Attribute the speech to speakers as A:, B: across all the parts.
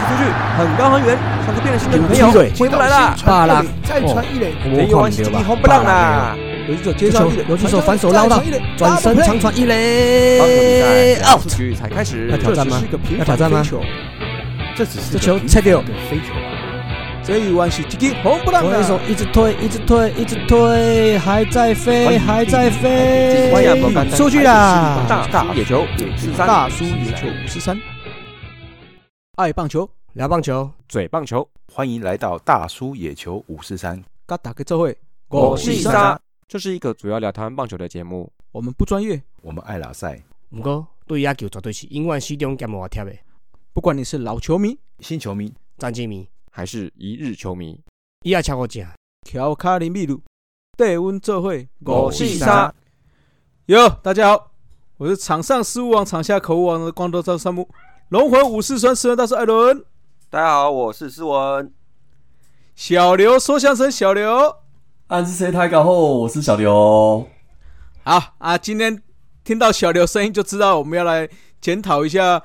A: 很高很远，像是变了心的女朋
B: 踢
A: 友
B: 腿，
A: 回不来了。
C: 巴拉
B: 再传一垒，
A: 没
C: 我
A: 有
C: 看
A: 关系，
C: 没有吧
A: 一？红不让啦。
C: 游击手接球，游击手反手捞到，转身长传
A: 棒球比
C: 一垒
A: 赛
C: ，out
A: 出。局才开始
C: 要。挑战
B: 这只
C: 吗
B: 是一个平
C: 哎
B: 凡
C: 要挑战吗
B: 飞球？这只是
C: 这球
B: 切
C: 切掉
B: 飞球啊！这一弯是直接红不让
C: 左
B: 的
C: 右
A: 啊
C: 手一直推，一直推，一直推，还在飞，哎还在飞
A: 关亚博干，单
C: 出去啦！
A: 大叔野球五四三，
B: 大叔野球五十三，爱棒球，
C: 聊棒球，
A: 嘴棒球，
D: 欢迎来到大叔野球五四三，
B: 嘎打个这会，
A: 我
C: 我
A: 是
C: 是
A: 伊
C: 伊
A: 莎
C: 莎，
A: 这是一个主要聊台湾棒球的节目。
B: 我们不专业，
D: 我们爱拉赛
C: 不过对野球绝对是永远始终兼无贴的。
B: 不管你是老球迷、
D: 新球迷，
C: 詹金迷，
A: 还是一日球迷，
C: 伊也超过正。
B: 乔卡林秘鲁，对温这会，
A: 我是伊莎，
B: 哟，大家好，我是场上失误王、场下口误王的光头张三木，龙魂武士传十人大师艾伦，
A: 大家好，我是思文。
B: 小刘说相声，小刘。
E: 俺啊是谁台搞后，我是小刘。
B: 好啊，今天听到小刘声音就知道我们要来检讨一下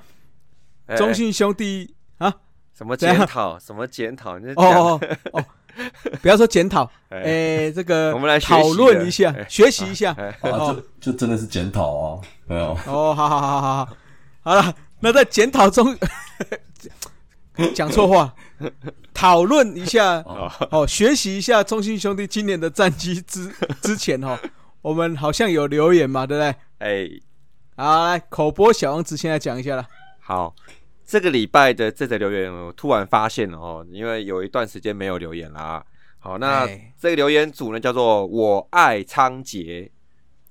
B: 中信兄弟。
F: 哎什么
B: 怎样
F: 检讨？什么检讨？ 你在
B: 哦
F: 讲
B: 哦哦哦， 不要说检讨，
F: 哎
B: 哎，这个
F: 我们来学习
B: 讨论
F: 的
B: 一下，
F: 哎
B: 学习一下。
E: 啊
B: 哦，
E: 就就真的是检讨啊，没有，
B: 哦，好好好好好好，好了，那在检讨中 讲错话，讨论一下哦，学习一下中信兄弟今年的战绩 之之前哦，我们好像有留言嘛，对不对？
F: 哎，
B: 好，来口播小王子现在讲一下了。
F: 好，这个礼拜的这则留言，我突然发现了哦，因为有一段时间没有留言啦。好，那
B: 哎
F: 这个留言组呢叫做“我爱仓颉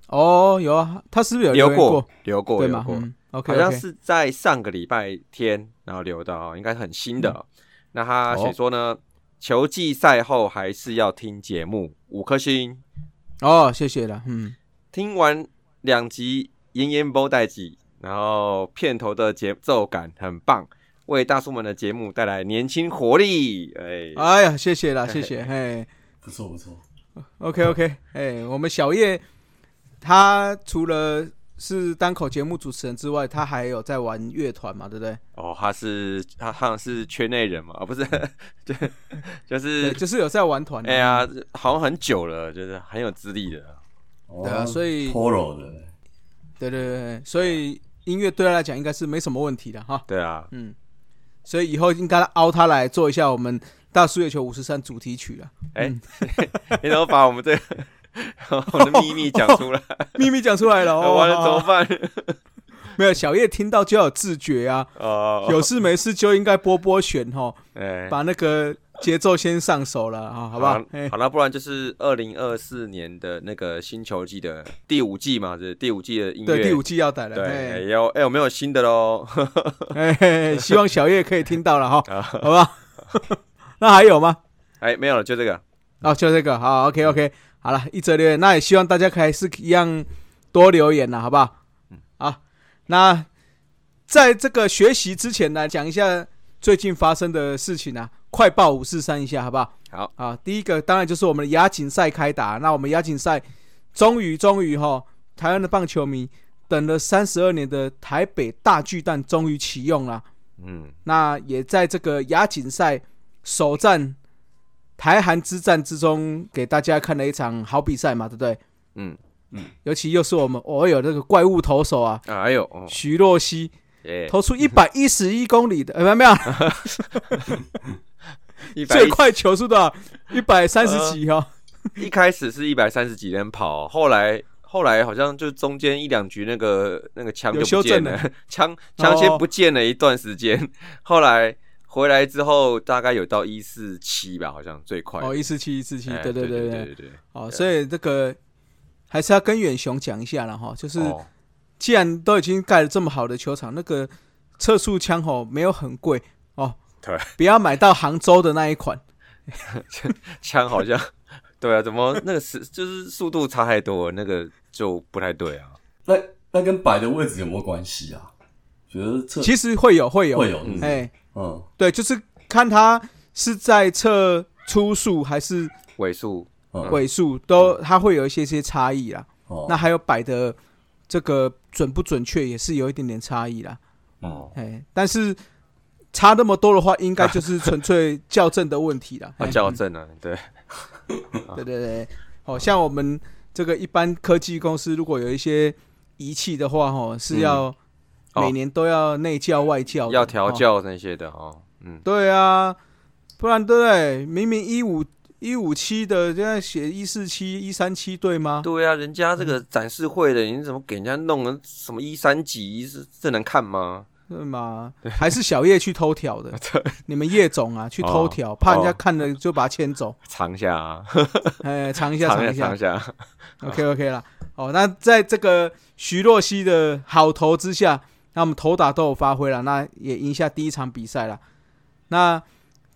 B: 哦，有啊，他是不是”，有
F: 留
B: 留言过？
F: 留过，
B: 对
F: 留
B: 吗？
F: 过，
B: 嗯，OK，
F: 好像是在上个礼拜天，然后留的哦，应该很新
B: 嗯
F: 的哦。那他写说呢，
B: 哦
F: 球季赛后还是要听节目，五颗星。
B: 哦，谢谢了，嗯，
F: 听完两集《炎炎波代记》，然后片头的节奏感很棒，为大叔们的节目带来年轻活力。哎、
B: 哎呀，谢谢啦，谢 谢，嘿
E: 不错不错，
B: ，OK OK，哎，我们小叶他除了是单口节目主持人之外，他还有在玩乐团嘛，对不对？
F: 哦，他是他好像是圈内人嘛，啊，不是，就 就是
B: 对，就是有在玩团。啊
F: 哎，呀，好像很久了，就是很有资历的。
B: 对啊所以
E: Polo 哦的
B: 对对对对，所以音乐对他来讲应该是没什么问题的哈，
F: 对啊，
B: 嗯，所以以后应该凹他来做一下我们大叔野球五十三主题曲 了，
F: 哎、你怎么把我们这个 我们的秘密讲出来？
B: 秘密讲出来了，哦，
F: 完了
B: 好
F: 怎么
B: 好
F: 办？
B: 没有小叶听到就要有自觉啊，
F: 哦，
B: 有事没事就应该波波选哈，
F: 哎
B: 把那个节奏先上手了啊，好不好？哎
F: 好了，不然就是二零二四年的那个新球季的第五季嘛，就是第五季的音乐。
B: 对，第五季要来了，
F: 对，哎
B: 哎
F: 有哎，有没有新的喽？
B: 哎哎，希望小叶可以听到了哈，
F: 啊
B: 好不好？ 那还有吗？
F: 哎，没有了，就这个。
B: 哦，就这个，好，OK OK，好了，一则留言，那也希望大家还是一样多留言了，好不好？好，那在这个学习之前呢，讲一下最近发生的事情啊，快报五四三一下，好不好？
F: 好
B: 啊，第一个当然就是我们的亚锦赛开打，那我们亚锦赛终于终于哈，台湾的棒球迷等了三十二年的台北大巨蛋终于启用了。
F: 嗯，
B: 那也在这个亚锦赛首战台韩之战之中，给大家看了一场好比赛嘛，对不对？
F: 嗯
B: 嗯，尤其又是我们哦有那个怪物投手啊，
F: 哎呦，哦
B: 徐若曦
F: 哎，
B: 投出一百一十一公里的， 呃，没有没有，
F: 一嗯百
B: 最快球速的一百三十几哦，
F: 一开始是一百三十几人跑，后来后来好像就中间一两局那个那个枪就
B: 有修
F: 不见
B: 正哦
F: 了， 枪枪先不见了一段时间，后来回来之后大概有到一四七吧，好像最快。
B: 哦一四七一四七，
F: 哎
B: 对
F: 对
B: 对对
F: 对
B: 对，
F: 对，
B: 哦，所以这个还是要跟远雄讲一下了哈，就是。
F: 哦
B: 既然都已经盖了这么好的球场，那个测速枪吼没有很贵哦，
F: 对，
B: 不要买到杭州的那一款。
F: 枪好像， 对啊，怎么那个是就是速度差太多了，那个就不太对啊。
E: 那那跟摆的位置有没有关系啊？觉得这
B: 其实会有会有，
E: 会有，是不是
B: 哎、
E: 嗯，
B: 对，就是看它是在测初速还是
F: 尾数
B: 尾速，都它会有一些些差异啦。
E: 嗯哦
B: 那还有摆的这个准不准确也是有一点点差异啦。
E: 哦
B: 哎，但是差那么多的话，应该就是纯粹校正的问题了。
E: 哦
F: 啊，
B: 哎
F: 校正啊，对，啊
B: 对对对，哦，像我们这个一般科技公司，如果有一些仪器的话，哦，是要
F: 哦
B: 每年都要内校外校的，
F: 要调
B: 哦
F: 教那些的哦，嗯，
B: 对啊，不然对不对？明明一五一五七的，现在写一四七、一三七，对吗？
F: 对啊，人家这
B: 嗯
F: 个展示会的，你怎么给人家弄成什么一三级？这这能看吗？
B: 对吗？还是小叶去偷调 的？你们叶总啊，
F: 哦
B: 去偷调，怕人家看了就把他牵 走。
F: 尝一下啊，
B: 哎，尝一下，
F: 尝
B: 尝一
F: 尝一
B: 下
F: 下，
B: ，OK OK 啦。哦，那在这个徐若曦的好投之下，那我们投打都有发挥了，那也赢下第一场比赛了。那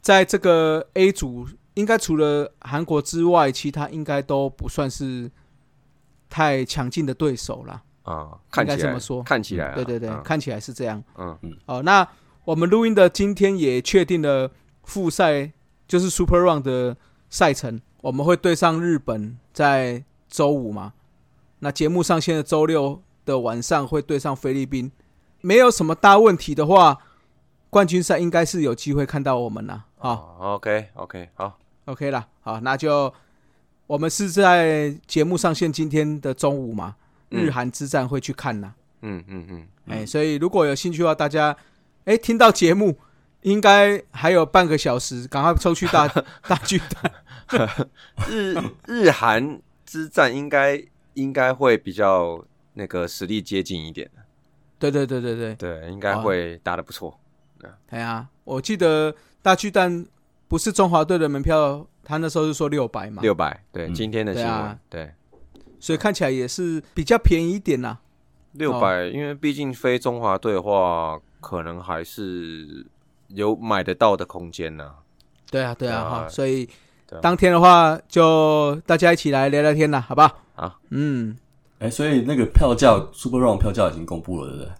B: 在这个 A 组，应该除了韩国之外，其他应该都不算是太强劲的对手啦。
F: 啊，看起
B: 应该这
F: 来
B: 么说
F: 看起来啊，
B: 对对对，
F: 嗯
B: 看起来是这样。
F: 嗯
E: 嗯
B: 哦，那我们录音的今天也确定了复赛，就是 Super Round 的赛程，我们会对上日本，在周五嘛。那节目上线的周六的晚上会对上菲律宾，没有什么大问题的话，冠军赛应该是有机会看到我们啦。
F: 哦
B: 啊、
F: ，OK OK，好，
B: OK 啦，好，那就我们是在节目上线今天的中午嘛，
F: 嗯
B: 日韩之战会去看啦。
F: 嗯嗯嗯，
B: 哎、所以如果有兴趣的话，大家哎、听到节目，应该还有半个小时，赶快抽去 大大巨蛋。
F: 日日韩之战应该应该会比较那个实力接近一点，
B: 对对对对对，
F: 对，应该
B: 好啊
F: 会打得不错。
B: 哎呀，我记得大巨蛋不是中华队的门票，他那时候是说六百嘛，
F: 六百，对，今天的
B: 啊对
F: 新闻
B: 啊，
F: 对，
B: 所以看起来也是比较便宜一点啦。
F: 六百，因为毕竟非中华队的话，可能还是有买得到的空间呢。
B: 对啊，对啊，
F: 对啊
B: 哈、所以
F: 对啊
B: 当天的话，就大家一起来聊聊天啦，好吧？
F: 好，
B: 嗯，
E: 哎、所以那个票价 Super Round 票价已经公布了，对不对？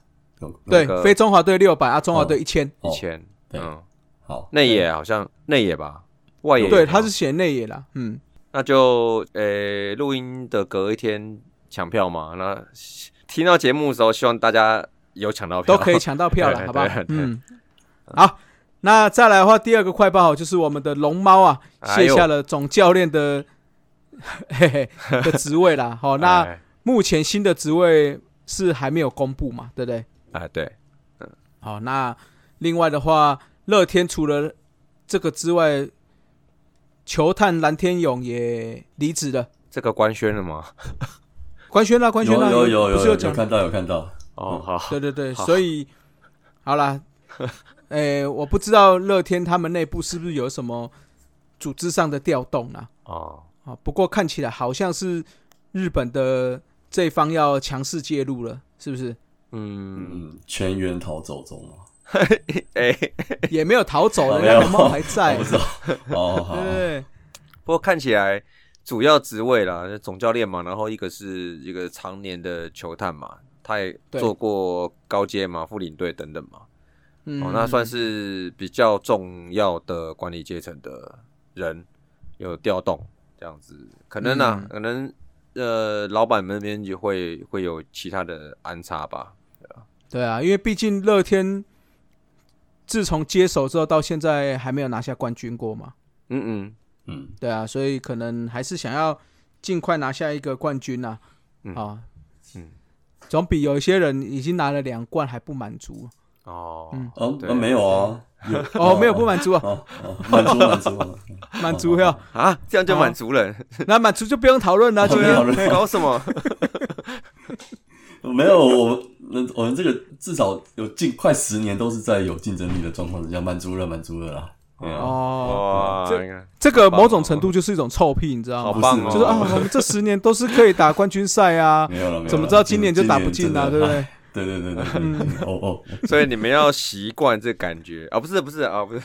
B: 对
E: 有
F: 个，
B: 非中华队六百啊，中华队一千、
F: 一
E: 哦
F: 千，
E: 对
F: 嗯，
E: 好，
F: 内野好像内野吧，外野
B: 对，
F: 他
B: 他是选内野啦，嗯，
F: 那就呃录音的隔一天抢票嘛。那听到节目的时候，希望大家有抢到票，
B: 都可以抢到票
F: 对
B: 了，好不好
F: 对？对
B: 嗯，好，那再来的话，第二个快报啊就是我们的龙猫啊，
F: 哎
B: 卸
F: 呦
B: 下了总教练的、嘿嘿的职位 啦。好、那
F: 哎
B: 目前新的职位是还没有公布嘛，对不对？
F: 哎对，
B: 好，那另外的话，乐天除了这个之外，球探蓝天勇也离职了。
F: 这个官宣了吗？
B: 官宣啦，官宣
E: 有
B: 啦，
E: 有有
B: 不是
E: 有
B: 讲
E: 看到有看到，
F: 哦，好，
B: 嗯 对对对，
F: 好
B: 所以好 啦，诶、我不知道乐天他们内部是不是有什么组织上的调动啊？
F: 哦，
B: 啊，不过看起来好像是日本的这一方要强势介入了，是不是？
F: 嗯，
E: 嗯，全员逃走中嘛，
F: 哎，
B: 也没有逃走，
E: 哦
B: 人家
E: 没有
B: 龙猫还在
E: 我不，知道。哦，好
B: 哎 对不对？
F: 不过看起来主要职位啦，就总教练嘛，然后一个是一个常年的球探嘛，他也
B: 对
F: 做过高阶嘛、副领队等等嘛，
B: 嗯，
F: 哦，那算是比较重要的管理阶层的人有调动，这样子可能呢、
B: 嗯
F: 可能呃，老板们那边就会会有其他的安插吧，
B: 对啊，因为毕竟乐天自从接手之后到现在还没有拿下冠军过嘛，
F: 嗯嗯，
E: 嗯，
B: 对啊，所以可能还是想要尽快拿下一个冠军呐、啊，
F: 嗯
B: 啊，
F: 嗯，
B: 总比有一些人已经拿了两冠还不满 足
F: 哦，
B: 嗯
E: 哦，
F: 对
E: 啊没有啊，有
B: 哦，没有不满足啊，
E: 哦，哦满足满足，
B: 满足要，
F: 啊，这样就满足了，
B: 那满足就不用讨论了，
E: 哦
B: 对
E: 没有
B: 不
E: 了
B: 啊对？
F: 搞什么？
E: 没有，我们我们这个至少有近快十年都是在有竞争力的状况之下，满足了，满足了啦。对啊
B: 哦，
F: 哇，
B: 这
F: 你看
B: 这个某种程度就是一种臭屁，你知道
F: 好
B: 吗？
F: 棒
E: 不
F: 哦，
B: 就
E: 是
B: 是啊，我们这十年都是可以打冠军赛 啊，
E: 没有了，没有了
B: 怎么知道今年就打不进啊？
E: 今
B: 对不对？嗯
E: 对 对对对对，对哦哦，
F: 所以你们要习惯这感觉啊，不是不是啊，不是，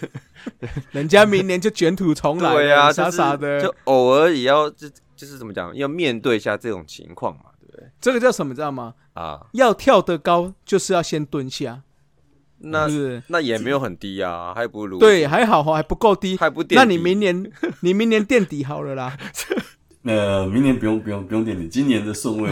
B: 人家明年就卷土重 来了，
F: 对呀，
B: 傻
F: 就是
B: 傻的，
F: 就偶尔也要就就是怎么讲，要面对一下这种情况嘛，对不对？
B: 这个叫什么？你知道吗？
F: 啊，
B: 要跳得高，就是要先蹲下，
F: 那
B: 是不是？
F: 那也没有很低啊，还不如
B: 对，还好哈，还不够低。
F: 还不垫
B: 那你
F: 底
B: 明 年，你明年垫底好了啦。
E: 那明年不用不用不用垫底，今年的顺位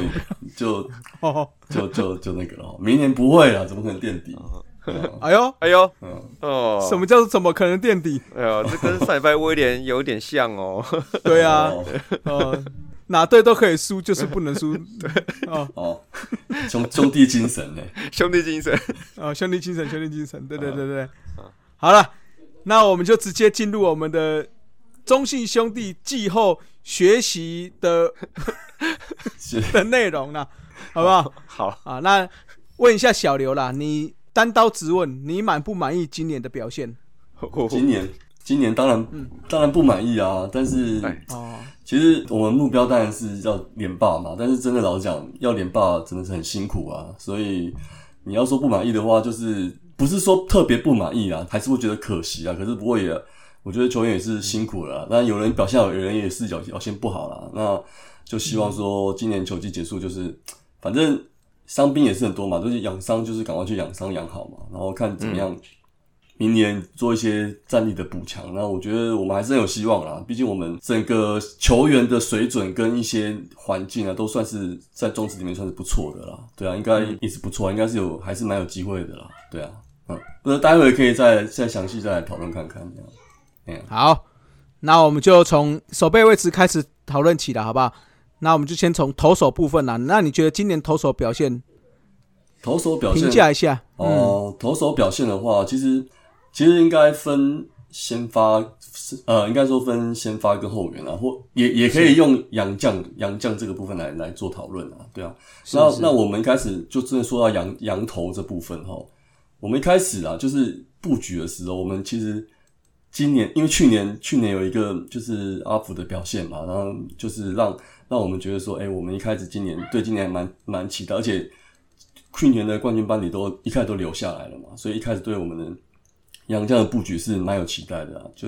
E: 就
B: 哦，
E: 就就就那个了哦，明年不会了，怎么可能垫底？嗯
B: 哎呦，
F: 哎呦，
E: 嗯，
F: 哦，
B: 什么叫做怎么可能垫底？
F: 哎呦，这跟赛拜威廉有点像哦。
B: 对啊，
E: 哦
B: 呃，哪队都可以输，就是不能输。哦
E: 哦， 兄兄弟精神呢？
F: 兄弟精神，
B: 哦，兄弟精神，兄弟精神，对对对
E: 嗯
B: 对。好了，那我们就直接进入我们的中信兄弟季后学习的
E: 是哦
B: 的内容啦，好不好？
F: 好，
B: 啊，那问一下小刘啦，你单刀直问，你满不满意今年的表现？
E: 今年今年当
B: 嗯
E: 然当然不满意啊，但是
F: 哎
B: 哦，
E: 其实我们目标当然是要连霸嘛，但是真的老实讲，要连霸真的是很辛苦啊。所以你要说不满意的话，就是不是说特别不满意啊，还是会觉得可惜啊。可是不过也，我觉得球员也是辛苦了啊、那有人表现好，有人也是表表现不好啦。那就希望说今年球季结束，就是反正伤兵也是很多嘛，就是养伤就是赶快去养伤养好嘛，然后看怎么样。明年做一些战力的补强，那我觉得我们还是很有希望啦。毕竟我们整个球员的水准跟一些环境啊，都算是在中职里面算是不错的啦。对啊，应该也是不错，应该是有还是蛮有机会的啦。对啊，嗯，那待会可以再再详细再来讨论看看这样。
B: 好，那我们就从守备位置开始讨论起了，好不好？那我们就先从投手部分啦。那你觉得今年投手表现
E: 投手表
B: 评
E: 现
B: 价一下？
E: 哦，投手表现的话，其实其实应该分先发，是呃，应该说分先发跟后援啊，或也也可以用洋将洋将这个部分来来做讨论啊，对啊。那那我们一开始就真的说到羊羊头这部分哈，我们一开始啊，就是布局的时候，我们其实今年因为去年去年有一个就是阿福的表现嘛，然后就是让让我们觉得说，哎、我们一开始今年对今年还蛮蛮期待，而且去年的冠军班里都一开始都留下来了嘛，所以一开始对我们的杨将的布局是蛮有期待的啊，就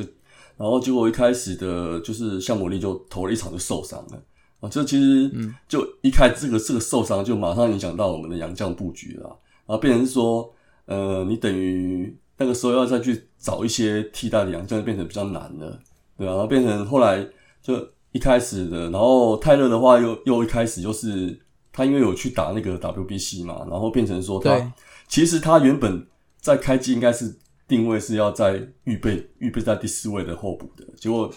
E: 然后结果一开始的就是向魔力就投了一场就受伤了。啊，这其实就一开这个这个受伤，就马上影响到我们的洋将布局了啊、然后变成是说，呃，你等于那个时候要再去找一些替代的洋将，就变成比较难了，对啊，然后变成后来就一开始的，然后泰勒的话又又一开始就是他因为有去打那个 WBC 嘛，然后变成说他
B: 对
E: 其实他原本在开机应该是定位是要在预备预备在第四位的候补的，结果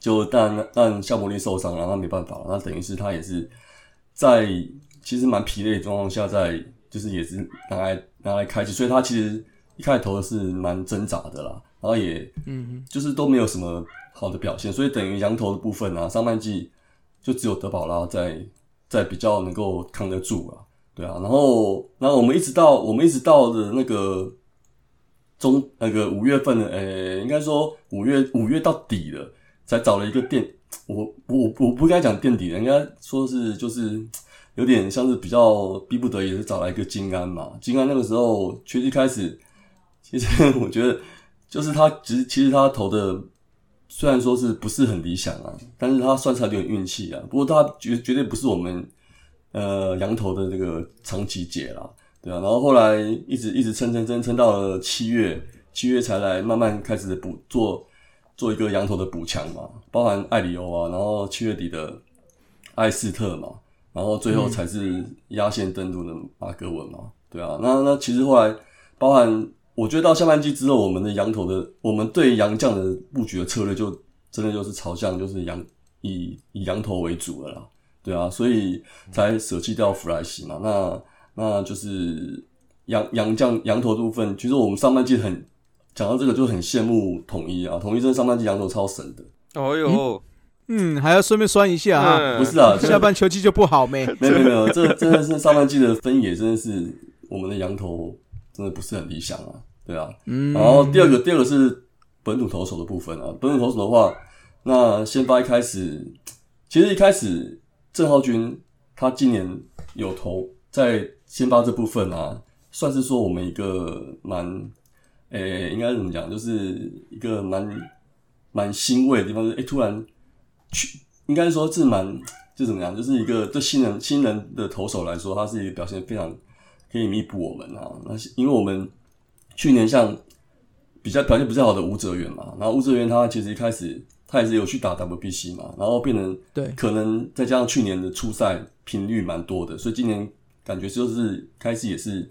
E: 就但但夏伯利受伤了，那没办法了，那等于是他也是在其实蛮疲累的状况下在，就是也是拿来拿来开机，所以他其实一开始投的是蛮挣扎的啦，然后也
B: 嗯
E: 就是都没有什么好的表现，所以等于羊头的部分啊，上半季就只有德保拉在在比较能够扛得住啊，对啊，然后然后我们一直到我们一直到的那个中那个五月份的，呃、应该说五月五月到底了，才找了一个垫，我我我不该讲垫底的，应该说是就是有点像是比较逼不得已是找来一个金安嘛，金安那个时候其实一开始，其实 我觉得就是他其实其实他投的虽然说是不是很理想啊，但是他算是有点运气啊，不过他绝绝对不是我们呃羊头的这个长期解啦，对啊，然后后来一直一直撑撑撑撑到了七月，七月才来慢慢开始补做做一个羊头的补强嘛，包含艾里欧啊，然后七月底的艾斯特嘛，然后最后才是压线登陆的马格文嘛，对啊，那那其实后来包含我觉得到下半季之后，我们的羊头的我们对羊将的布局的策略就真的就是朝向就是羊以以羊头为主了啦，对啊，所以才舍弃掉弗莱西嘛，那那就是羊羊将羊头的部分，其实我们上半季很。讲到这个就很羡慕统一啊，统一真的上半季羊头超神的，
F: 哦呦，
B: 嗯嗯，还要顺便酸一下啊，
F: 嗯
E: 不 是啊，
B: 下半球季就不好没？
E: 没有没有没有，这真的是上半季的分野，真的是我们的羊头真的不是很理想啊，对啊。
B: 嗯，
E: 然后第二个第二个是本土投手的部分啊，本土投手的话，那先发一开始，其实一开始郑浩君他今年有投在先发这部分啊，算是说我们一个蛮，诶、应该怎么讲，就是一个蛮蛮欣慰的地方，就是诶、突然去，应该说是蛮就怎么样，就是一个对新人新人的投手来说，他是一个表现非常可以弥补我们啊，那是因为我们去年像比较表现比较好的吴哲源嘛，然后吴哲源他其实一开始他也是有去打 WBC 嘛，然后变成
B: 对
E: 可能再加上去年的初赛频率蛮多的，所以今年感觉就是开始也是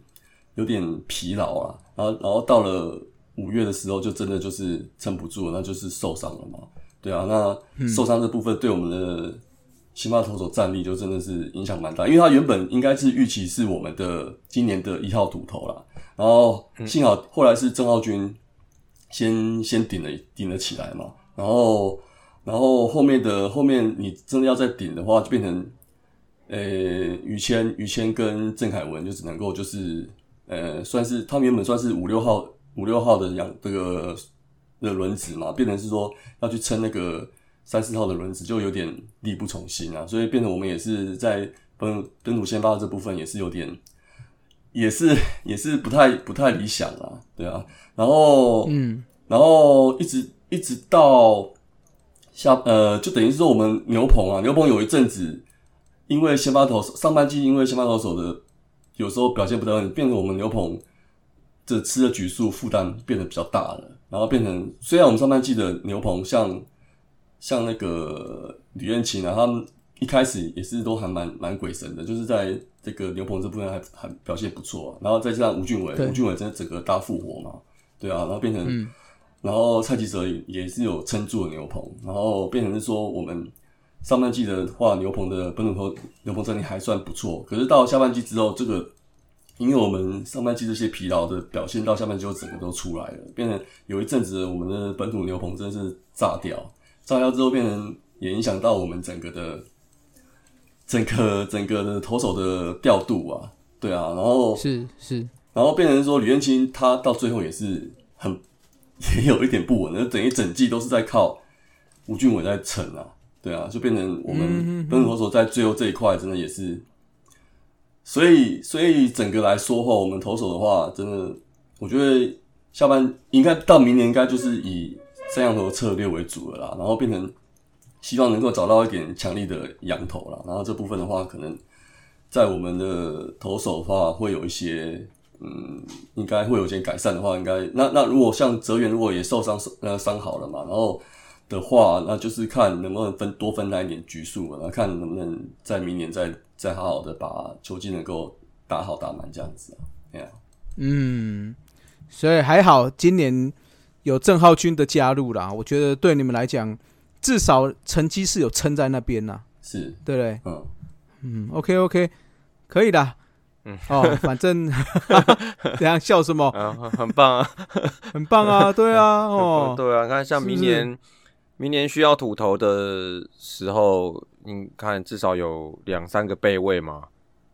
E: 有点疲劳啦，然后然后到了五月的时候，就真的就是撑不住了，那就是受伤了嘛。对啊，那受伤这部分对我们的辛巴投手战力就真的是影响蛮大，因为他原本应该是预期是我们的今年的一号赌头啦，然后幸好后来是郑浩君先先顶了顶了起来嘛，然后然后后面的后面你真的要再顶的话，就变成呃于谦于谦跟郑凯文就只能够就是呃算是他们原本算是五六号五六号的养这个的轮子嘛，变成是说要去撑那个三四号的轮子，就有点力不从心啊，所以变成我们也是在本本土先发的这部分也是有点。也是也是不太不太理想啊，对啊，然后
B: 嗯，
E: 然后一直一直到下呃，就等于是说我们牛棚啊，牛棚有一阵子因为先发投手上半季因为先发投手的有时候表现不太好，变成我们牛棚这吃的局数负担变得比较大了，然后变成虽然我们上半季的牛棚像像那个吕彦琴啊，他们一开始也是都还蛮蛮鬼神的，就是在这个牛棚这部分还还表现不错啊、然后再加上吴俊伟，
B: 对
E: 吴俊伟真的整个大复活嘛，对啊，然后变成。然后蔡奇哲也是有撑住了牛棚，然后变成是说我们上半季的话，牛棚的本土投牛棚战力还算不错，可是到下半季之后，这个因为我们上半季这些疲劳的表现，到下半季就整个都出来了，变成有一阵子我们的本土牛棚真的是炸掉，炸掉之后变成也影响到我们整个的整个整个的投手的调度啊，对啊，然后
B: 是是，
E: 然后变成说吕彦青他到最后也是很 也有一点不稳，那等于整季都是在靠吴俊伟在撑啊，对啊，就变成我们本土投手在最后这一块真的也是，所以所以整个来说话，我们投手的话，真的我觉得下半应该到明年应该就是以三羊头策略为主了啦，然后变成希望能够找到一点强力的羊头啦，然后这部分的话可能。在我们的投手的话，会有一些嗯，应该会有些改善的话，应该那那如果像泽源如果也受伤呃伤好了嘛，然后的话，那就是看能不能分多分他一点局数，然后看能不能在明年再再好好的把球季能够打好打满这样子啊，对啊，
B: 嗯，所以还好今年有郑浩君的加入啦，我觉得对你们来讲，至少成绩是有撑在那边啦，
E: 是，
B: 对不对？
E: 嗯，
B: 嗯，OK OK，可以的。嗯，哦，反正 怎样笑什么，
F: 啊，很棒啊！
B: 很棒啊，对啊，
F: 哦，
B: 哦，
F: 对啊，看像
B: 是不
F: 明
B: 是
F: 年，明年需要土头的时候，你看至少有两三个备位嘛。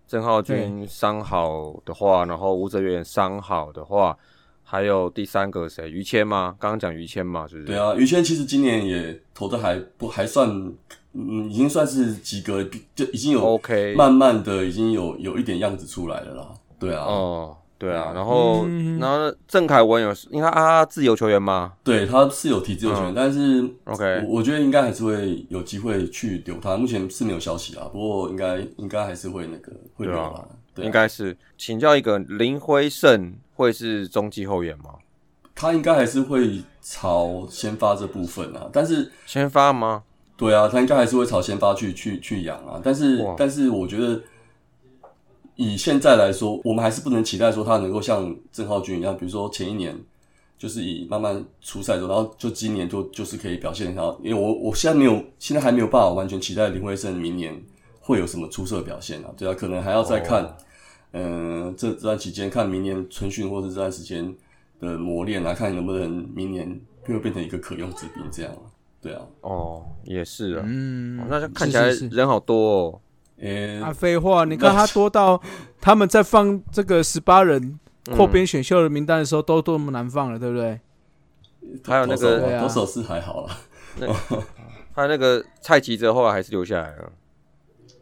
F: 郑浩君伤好的话，然后吴哲源伤好的话，还有第三个谁？于谦吗？刚刚讲于谦嘛，是不是？
E: 对，啊，于谦其实今年也投的还不还算，嗯，已经算是及格，比就已经有
F: OK
E: 慢慢的已经有有一点样子出来了啦，对啊，
F: 哦，对
B: 嗯
F: 啊，然后、然后郑凯文有，因为他他自由球员嘛
E: 对，他是有提自由权，
F: 嗯
E: 但是
F: ，OK，
E: 我我觉得应该还是会有机会去留他，目前是没有消息啦，不过应该应该还是会那个会留啦，对啊
F: 应该是请教一个林辉胜会是中继后援吗？
E: 他应该还是会朝先发这部分啊，但是
F: 先发吗？
E: 对啊，他应该还是会朝先发去去去养啊，但是
F: 哇
E: 但是我觉得以现在来说，我们还是不能期待说他能够像郑浩君一样，比如说前一年就是以慢慢出赛中，然后就今年就就是可以表现很好。因为我我现在没有，现在还没有办法完全期待林慧胜明年会有什么出色的表现啊。对啊，可能还要再看，嗯、这这段期间看明年春训或者这段时间的磨练啊，看能不能明年又变成一个可用之兵这样啊。对啊，
F: 哦，也是啊，
B: 嗯
F: 哦，那就看
B: 是
F: 起来
B: 是是
F: 人好多哦。
E: 诶、
B: 啊，废话，你看他多到他们在放这个十八人
F: 嗯
B: 扩编选秀的名单的时候，都多么难放了，对不对？
F: 还有
E: 投
F: 那个
E: 手
B: 对啊
E: 投手是还好啦，
F: 他那个蔡奇哲后来还是留下来了。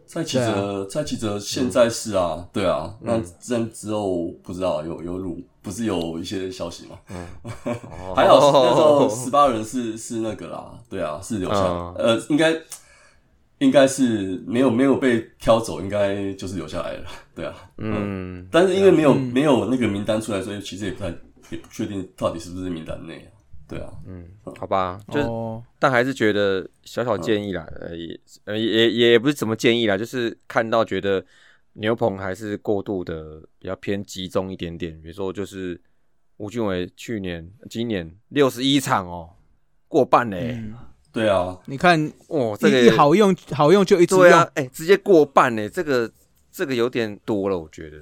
E: 蔡奇哲，蔡奇哲现在是啊，对啊，
B: 嗯
E: 那这之后不知道有有鲁，不是有一些消息吗？
F: 哦
E: 还好那时 候十八人是是那个啦，对啊，是留下来，
F: 嗯
E: 呃，应该应该是没有没有被挑走，应该就是留下来了，对啊，
F: 嗯，
E: 但是因为
B: 啊
E: 没有、没有那个名单出来，所以其实也不太也不确定到底是不是名单内啊，对啊，
F: 好吧，就是
B: 哦，
F: 但还是觉
B: 嗯
F: 得小小建议啦，呃也呃也也也不是怎么建议啦，就是看到觉得牛棚还是过度的比较偏集中一点点。比如说，就是吴俊伟去年、今年六十一场哦，过半嘞、
E: 对啊，
B: 你看
F: 哦，这个
B: 嗯一一好用好用就一直
F: 对
B: 用
F: 啊，，哎、直接过半嘞，这个这个有点多了，我觉得。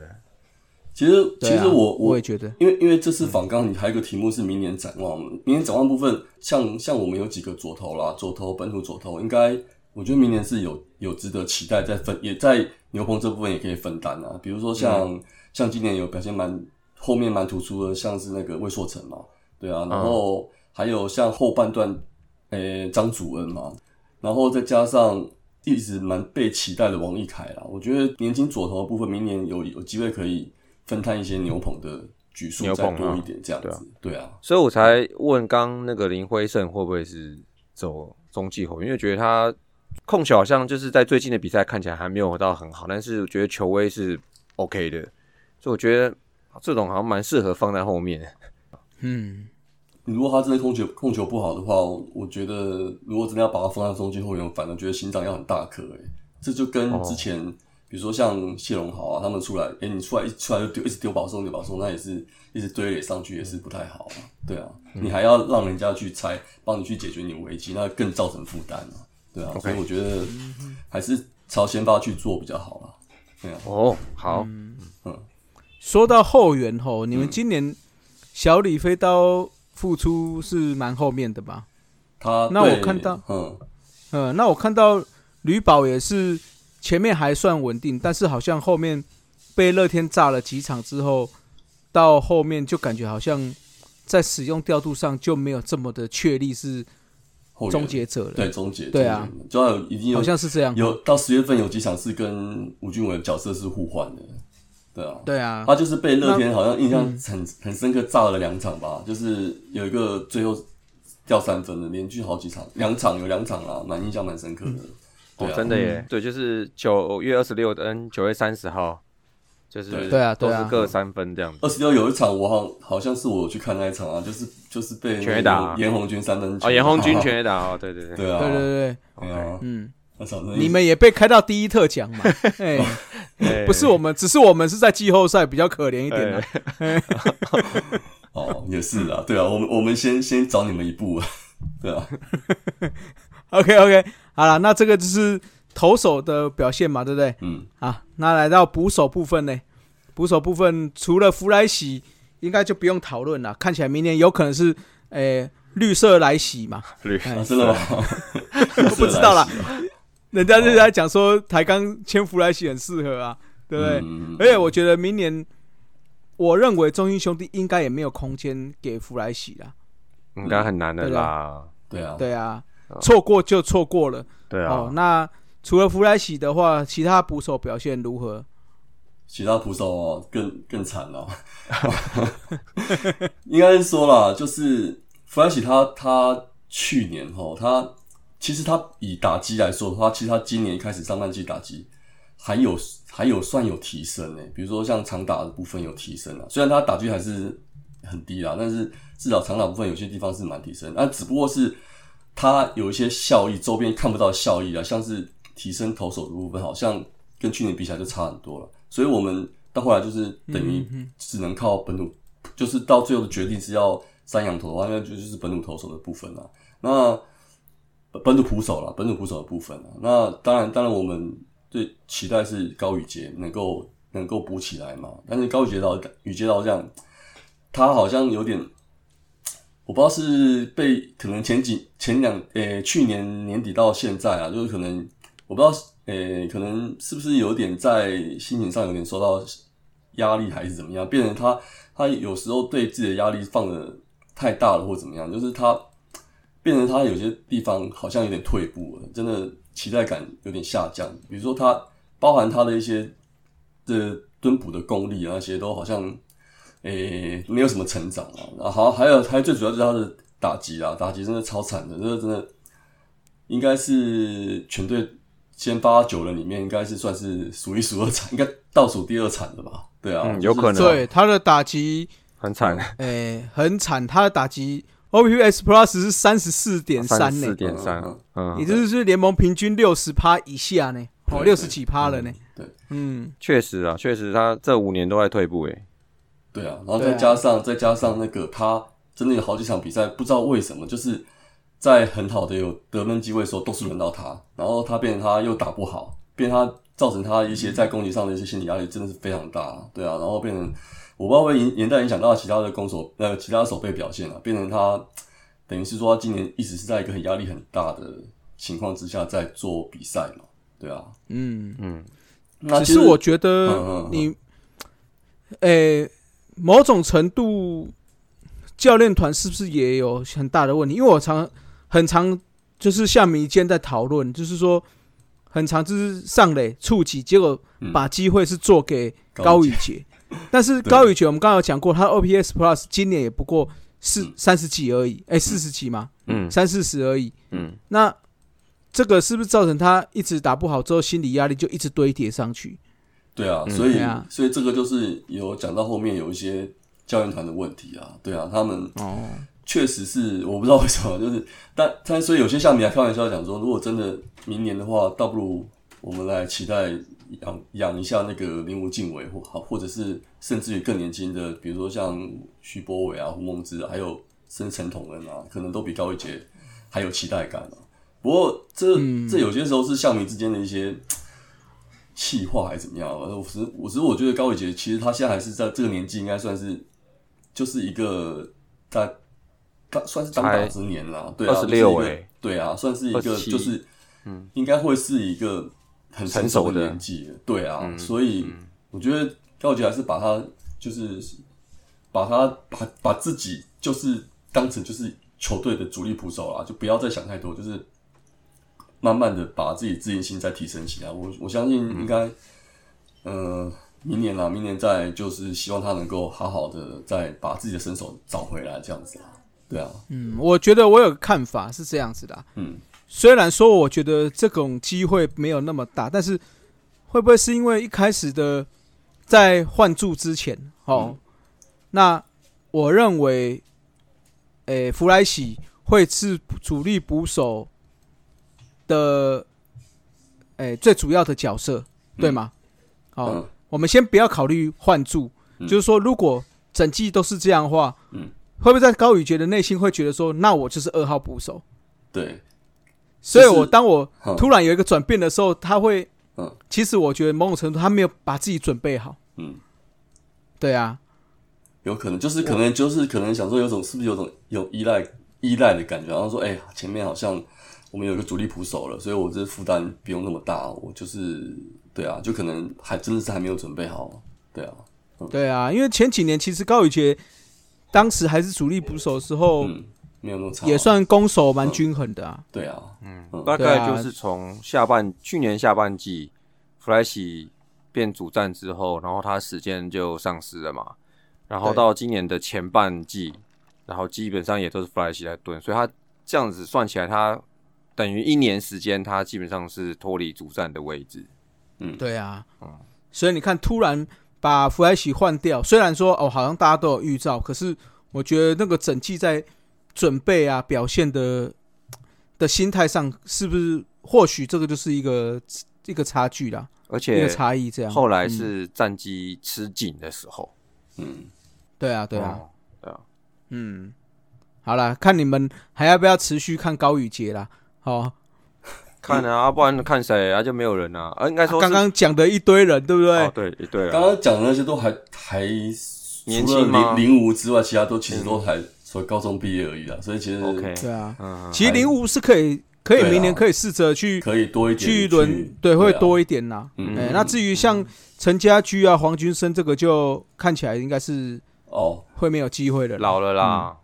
E: 其实其
B: 对啊
E: 实我
B: 我
E: 我
B: 也觉得，
E: 因为因为这次访刚，你还有一个题目是明年展望。明年展望部分，像像我们有几个左投啦，左投本土左投，应该我觉得明年是有有值得期待，在分也在牛棚这部分也可以分担啊。比如说像、像今年有表现蛮后面蛮突出的，像是那个魏硕成嘛，对啊，然后还有像后半段，呃，张祖恩嘛，然后再加上一直蛮被期待的王一凯啦，我觉得年轻左投的部分，明年有有机会可以分摊一些牛棚的局数，
F: 牛
E: 再
F: 棚啊
E: 多一点这样子。对啊，
F: 所以我才问刚那个林辉胜会不会是走中继后，因为觉得他控球好像就是在最近的比赛看起来还没有到很好，但是我觉得球威是 OK 的，所以我觉得这种好像蛮适合放在后面。
B: 嗯，
E: 你如果他真的控球控球不好的话，我我觉得如果真的要把他放在中间后援，我反而觉得心脏要很大颗诶、欸这就跟之前、比如说像谢龙豪啊，他们出来，诶、你出来一出来就丢，一直丢保送丢保送，那也是一直堆垒上去也是不太好啊。对啊，你还要让人家去拆，帮你去解决你的危机，那更造成负担啊。对啊所以我觉得还是朝先发去做比较好啦。对啊，
F: 哦，好，
B: 说到后援吼，
F: 嗯
B: 你们今年小李飞刀复出是蛮后面的吧？
E: 他
B: 那我
E: 对
B: 看到
E: 嗯。
B: 嗯，那我看到吕宝也是前面还算稳定，但是好像后面被乐天炸了几场之后，到后面就感觉好像在使用调度上就没有这么的确立是
E: 后援
B: 终结者了，
E: 对终结
B: 对啊，
E: 终结就要有已经有
B: 好像是这样。
E: 有到十月份有几场是跟吴俊伟的角色是互换的，对啊，
B: 对啊，嗯
E: 他就是被乐天好像印象很很深刻炸了两场吧，就是有一个最后掉三分的，连续好几场，两场有两场啊，蛮印象蛮深刻的。
B: 嗯
E: 对
F: 哦，
E: 啊，
F: 真的耶，对，就是九月二十六跟九月三十号，就是
E: 对
F: 对
B: 对啊对
F: 都
B: 啊
F: 是各三分这样子。
E: 二十六有一场我好好像是我有去看那一场啊，就是就是被
F: 全垒打
E: 严红军三分球
F: 哦，严红军全
E: 啊
F: 垒打哦，对对对，
E: 对啊，
B: 对对对，
E: 对啊，
B: 嗯，
E: 那场真的
B: 你们也被开到第一特奖 嘛？哎，
F: 哎
B: 不是我们，只是我们是在季后赛比较可怜一点啊的、
E: 哦也是啊，对啊，我们我们先先找你们一步啊， 对啊，
B: OK OK，好了，那这个就是投手的表现嘛，对不对？
E: 嗯，
B: 啊，那来到捕手部分呢？捕手部分除了弗莱喜，应该就不用讨论了。看起来明年有可能是，诶、绿色来袭嘛，
F: 绿
E: 啊真的吗？
B: 哎
E: 啊
B: 不知道啦。人家就在讲说台钢签弗莱喜很适合啊，对不对？
E: 嗯
B: 而且我觉得明年，我认为中英兄弟应该也没有空间给弗莱喜啦。
F: 嗯应该很难的
B: 对
F: 啦。
E: 对啊，
B: 对啊，错过就错过了。
F: 对
B: 哦
F: 啊，，
B: 那除了弗莱喜的话，其他捕手表现如何？
E: 其他捕手哦 更更惨了，应该是说啦，就是弗莱奇他他去年吼，他其实他以打击来说的话，其实他今年一开始上半季打击还有还有算有提升呢，欸比如说像长打的部分有提升啊，虽然他打击还是很低啦，但是至少长打部分有些地方是蛮提升，那啊只不过是他有一些效益周边看不到的效益啊，像是提升投手的部分，好像跟去年比起来就差很多了，所以我们到后来就是等于只能靠本土，就是到最后的决定是要三羊头的话，那就就是本土投手的部分了、啊那本土捕手啦，本土捕手的部分啦。那当然，当然我们最期待是高宇杰能够能够补起来嘛。但是高宇杰老宇杰老这样，他好像有点，我不知道是被可能前几前两呃、去年年底到现在啊，就是可能我不知道呃、可能是不是有点在心情上有点受到压力还是怎么样，变成他他有时候对自己的压力放的太大了或怎么样，就是他变成他有些地方好像有点退步了，真的期待感有点下降。比如说他包含他的一些的蹲捕的功力啊，那些都好像诶、没有什么成长啊。然后好还有还有最主要就是他的打击啊，打击真的超惨的，这个真的应该是全队先发九人里面应该是算是数一数二惨，应该倒数第二惨的吧？对啊，
F: 嗯有可能啊
B: 对他的打击，
F: 很惨，
B: 诶、很惨，他的打击 OPS Plus 是三十四点三
F: 哦四
B: 呢，
F: 点三，嗯
B: 也，就是联盟平均六十趴以下呢，哦，六
E: 对
B: 十几趴了呢。嗯，
F: 确实啊，确实他这五年都在退步欸诶。
E: 对啊，然后再加上、再加上那个他真的有好几场比赛，不知道为什么就是在很好的有得分机会的时候，都是轮到他，然后他变成他又打不好，变成他造成他一些在攻击上的一些心理压力真的是非常大，对啊，然后变成我不知道会影连带影响到其他的攻守呃其他手背表现啊，变成他等于是说他今年一直是在一个很压力很大的情况之下在做比赛嘛，对啊，
B: 嗯，
E: 那
B: 只
E: 其
B: 是
E: 实
B: 我觉
E: 嗯
B: 得
E: 嗯嗯
B: 你，诶、某种程度，教练团是不是也有很大的问题？因为我常很常就是像迷间在讨论，就是说很常就是上垒触及，结果
E: 嗯
B: 把机会是做给高
E: 高
B: 宇
E: 宇
B: 杰，但是
E: 对
B: 高宇杰我们刚刚有讲过，他 OPS Plus 今年也不过四三十几而已，哎、四十几嘛，
F: 嗯
B: 三四十而已，
F: 嗯，
B: 那这个是不是造成他一直打不好之后，心理压力就一直堆叠上去？
E: 对啊，所以、
B: 对啊
E: 所以这个就是有讲到后面有一些教练团的问题啊，对啊，他们
B: 哦，
E: 确实是我不知道为什么，就是但但所以有些像你还开玩笑讲说，如果真的明年的话，倒不如我们来期待养养一下那个林无敬伟，或好，或者是甚至于更年轻的，比如说像徐博伟啊、胡梦之啊，还有甚至陈统恩啊，可能都比高一杰还有期待感啊。不过这、这有些时候是校迷之间的一些气话还是怎么样啊？我只我只是我觉得高伟杰其实他现在还是在这个年纪，应该算是就是一个他他算是当打之年啦，对啊，就
F: 26
E: 是一个
F: 欸
E: 对啊，算是一个
F: 27
E: 就是嗯，应该会是一个很成熟的年纪了，对啊，所以我觉得高伟杰还是把他就是把他把把自己就是当成就是球队的主力捕手啦，就不要再想太多，就是慢慢的把自己自信心再提升起来。我我相信应该，呃，明年啦，明年再就是希望他能够好好的再把自己的身手找回来，这样子啦。对啊，
B: 嗯，我觉得我有个看法是这样子的啊、
E: 嗯，
B: 虽然说我觉得这种机会没有那么大，但是会不会是因为一开始的在换注之前，哦，
E: 嗯
B: 那我认为，诶、弗莱喜会是主力捕手的，诶、最主要的角色，对吗？哦，
E: 嗯
B: 我们先不要考虑换注，
E: 嗯
B: 就是说，如果整季都是这样的话，
E: 嗯
B: 会不会在高宇杰的内心会觉得说，那我就是二号捕手？
E: 对，
B: 所以
E: 就是
B: 我当我
E: 嗯
B: 突然有一个转变的时候，他会，
E: 嗯
B: 其实我觉得某种程度他没有把自己准备好，
E: 嗯，
B: 对啊，
E: 有可能就是可能就是可能想说有种是不是有种有依赖依赖的感觉，然后说哎、呀，前面好像我们有一个主力捕手了，所以我这负担不用那么大，我就是对啊，就可能还真的是还没有准备好，对啊，
B: 对啊，因为前几年其实高宇杰当时还是主力捕手的时候，
E: 嗯，没有那么差，
B: 也算攻守蛮均衡的啊，
E: 对啊，
F: 大
B: 对
F: 概
B: 啊
F: 就是从下半、去年下半季弗莱西变主战之后，然后他时间就丧失了嘛，然后
B: 对
F: 到今年的前半季，然后基本上也都是弗莱西来蹲，所以他这样子算起来，他等于一年时间，他基本上是脱离主战的位置。
E: 嗯
B: 对啊，所以你看，突然把弗莱喜换掉，虽然说哦，好像大家都有预兆，可是我觉得那个整季在准备啊、表现的的心态上，是不是或许这个就是一个一个差距啦，
F: 而
B: 一个
F: 且
B: 差啊异这样。嗯
F: 后来是战绩吃紧的时候，
E: 嗯，
B: 对啊，对啊，
F: 哦，对啊，
B: 嗯，好啦，看你们还要不要持续看高宇杰啦。哦，
F: 看啊，不然看谁啊？就没有人啊，啊，应该说是
B: 刚刚讲的一堆人，对不对？
F: 哦，对对
E: 刚
F: 了，
E: 刚讲的那些都还还
F: 年
E: 除
F: 轻
E: 了
F: 吗嗯
E: 零零五之外，其他都其实都还说高中毕业而已啦，所以其实
F: OK
B: 对啊，
F: 嗯，
B: 其实零五是可以，可以
E: 对啊
B: 明年可以试着去
E: 啊可以多一点啊
B: 去轮，对，会多一点啦。
E: 嗯
B: 哎，那至于像陈家驹啊、黄君生这个，就看起来应该是
E: 哦，
B: 会没有机会的啦。
F: 老了啦，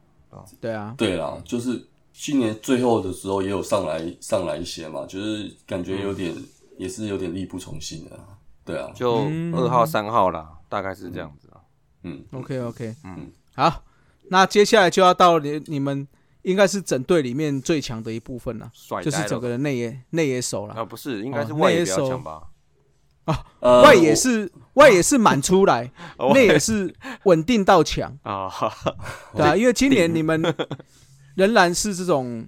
B: 对啊，
E: 对啦，就是去年最后的时候也有上来上来一些嘛，就是感觉有点、也是有点力不从心的、啊，对啊，
F: 就
B: 嗯
F: 二号、三号啦，大概是这样子啊。
E: 嗯，
B: OK OK，嗯，好，那接下来就要到你你们应该是整队里面最强的一部分了，
F: 甩
B: 就是
F: 呆
B: 整
F: 了
B: 个内野内野手了。
F: 啊，不是，应该是
B: 哦
F: 外
B: 那
F: 野
B: 一
F: 比较
B: 手
F: 强吧？
E: 呃
B: 嗯外野是外野是满出 来，
F: 哦
B: 内野是稳定到强，
F: 啊，
B: 对啊，因为今年你们仍然是这种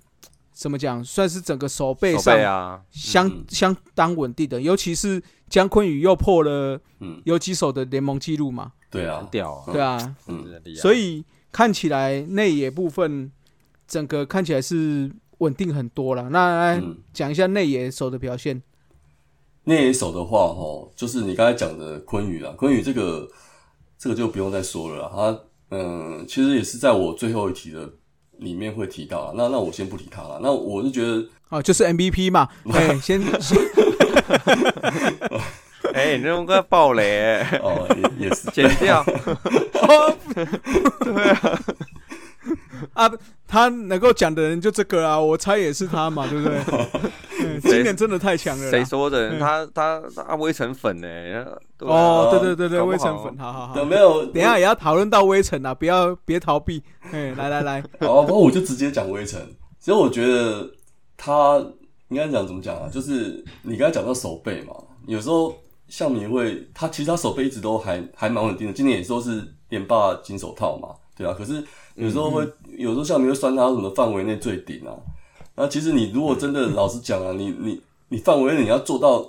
B: 怎么讲，算是整个手背
F: 手
B: 上
F: 背啊，
B: 相、
E: 嗯
B: 相当稳定的，尤其是姜昆宇又破了
E: 嗯，
B: 有几手的联盟纪录嘛，
E: 对
F: 很
E: 啊，
F: 屌啊，
E: 嗯
B: 对啊，
E: 嗯
F: 真的厉害。
B: 所以看起来内野部分整个看起来是稳定很多了。那来
E: 嗯，
B: 讲一下内野手的表现，
E: 那一手的话，哈，就是你刚才讲的昆宇啊，昆宇这个这个就不用再说了啦，他嗯，其实也是在我最后一题的里面会提到啦，那那我先不理他了，那我是觉得
B: 哦，就是 MVP 嘛，哎、先先
F: 哎，你那种个暴雷 欸，
E: 哦，也也是
F: 剪掉，
B: 啊，他能够讲的人就这个啊，我猜也是他嘛，对不对？嗯今年真的太强了啦。
F: 谁说的？
B: 嗯
F: 他他他微尘粉呢？对啊
B: 哦，对对对对，
F: 搞不好
B: 微尘粉，好好好
E: 有，没有？
B: 等一下也要讨论到微尘啊，不要别逃避，哎，来来来，
E: 好，不过我就直接讲微尘。其实我觉得他应该讲怎么讲啊？就是你刚才讲到手背嘛，有时候像迷会，他其实他手背一直都还还蛮稳定的，今年也都是连霸金手套嘛，对啊。可是有时候会，有时候像迷会酸他什么范围内最顶啊。那其实你如果真的老实讲啊，你你你范围内你要做到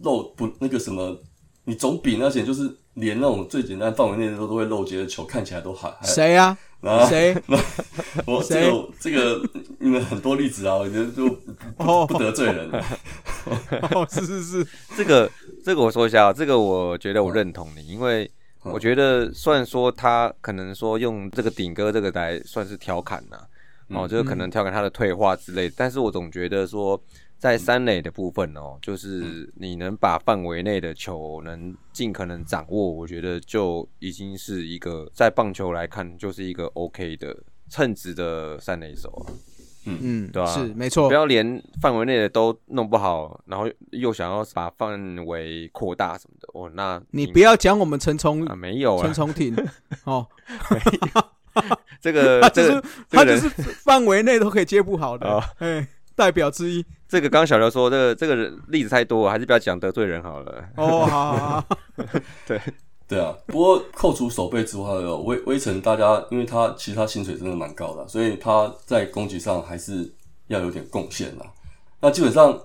E: 漏不那个什么，你总比那些就是连那种最简单范围内的都都会漏接的球看起来都还还
B: 谁呀？
E: 啊
B: 谁？
E: 我哦这个这个，你们很多例子啊，我觉得就
B: 哦
E: 不，得罪人。
B: 哦是是是，
F: 这个这个我说一下啊，这个我觉得我认同你，因为我觉得虽然说他可能说用这个顶哥这个来算是调侃呐、哦，就是可能调侃他的退化之类的，但是我总觉得说在三垒的部分哦，就是你能把范围内的球能尽可能掌握，我觉得就已经是一个在棒球来看就是一个 OK 的称职的三垒手啊。
B: 嗯，
F: 对啊
B: 是没错
F: 不，要连范围内的都弄不好，然后又想要把范围扩大什么的。哦，那
B: 你不要讲我们陈崇
F: 啊，没有
B: 陈
F: 啊，
B: 崇 廷哦，
F: 这 个
B: 他
F: 这
B: 只是
F: 个
B: 他
F: 这个
B: 只
F: 人
B: 是范围内都可以接不好的
F: 哦，
B: 哎，代表之一。
F: 这个刚刚小刘说这个这个人例子太多了，还是不要讲得罪人好了。
B: 哦，好好好 好，
E: 对啊，不过扣除手背之外哦，微微城大家，因为他其实他薪水真的蛮高的，所以他在攻击上还是要有点贡献啦。那基本上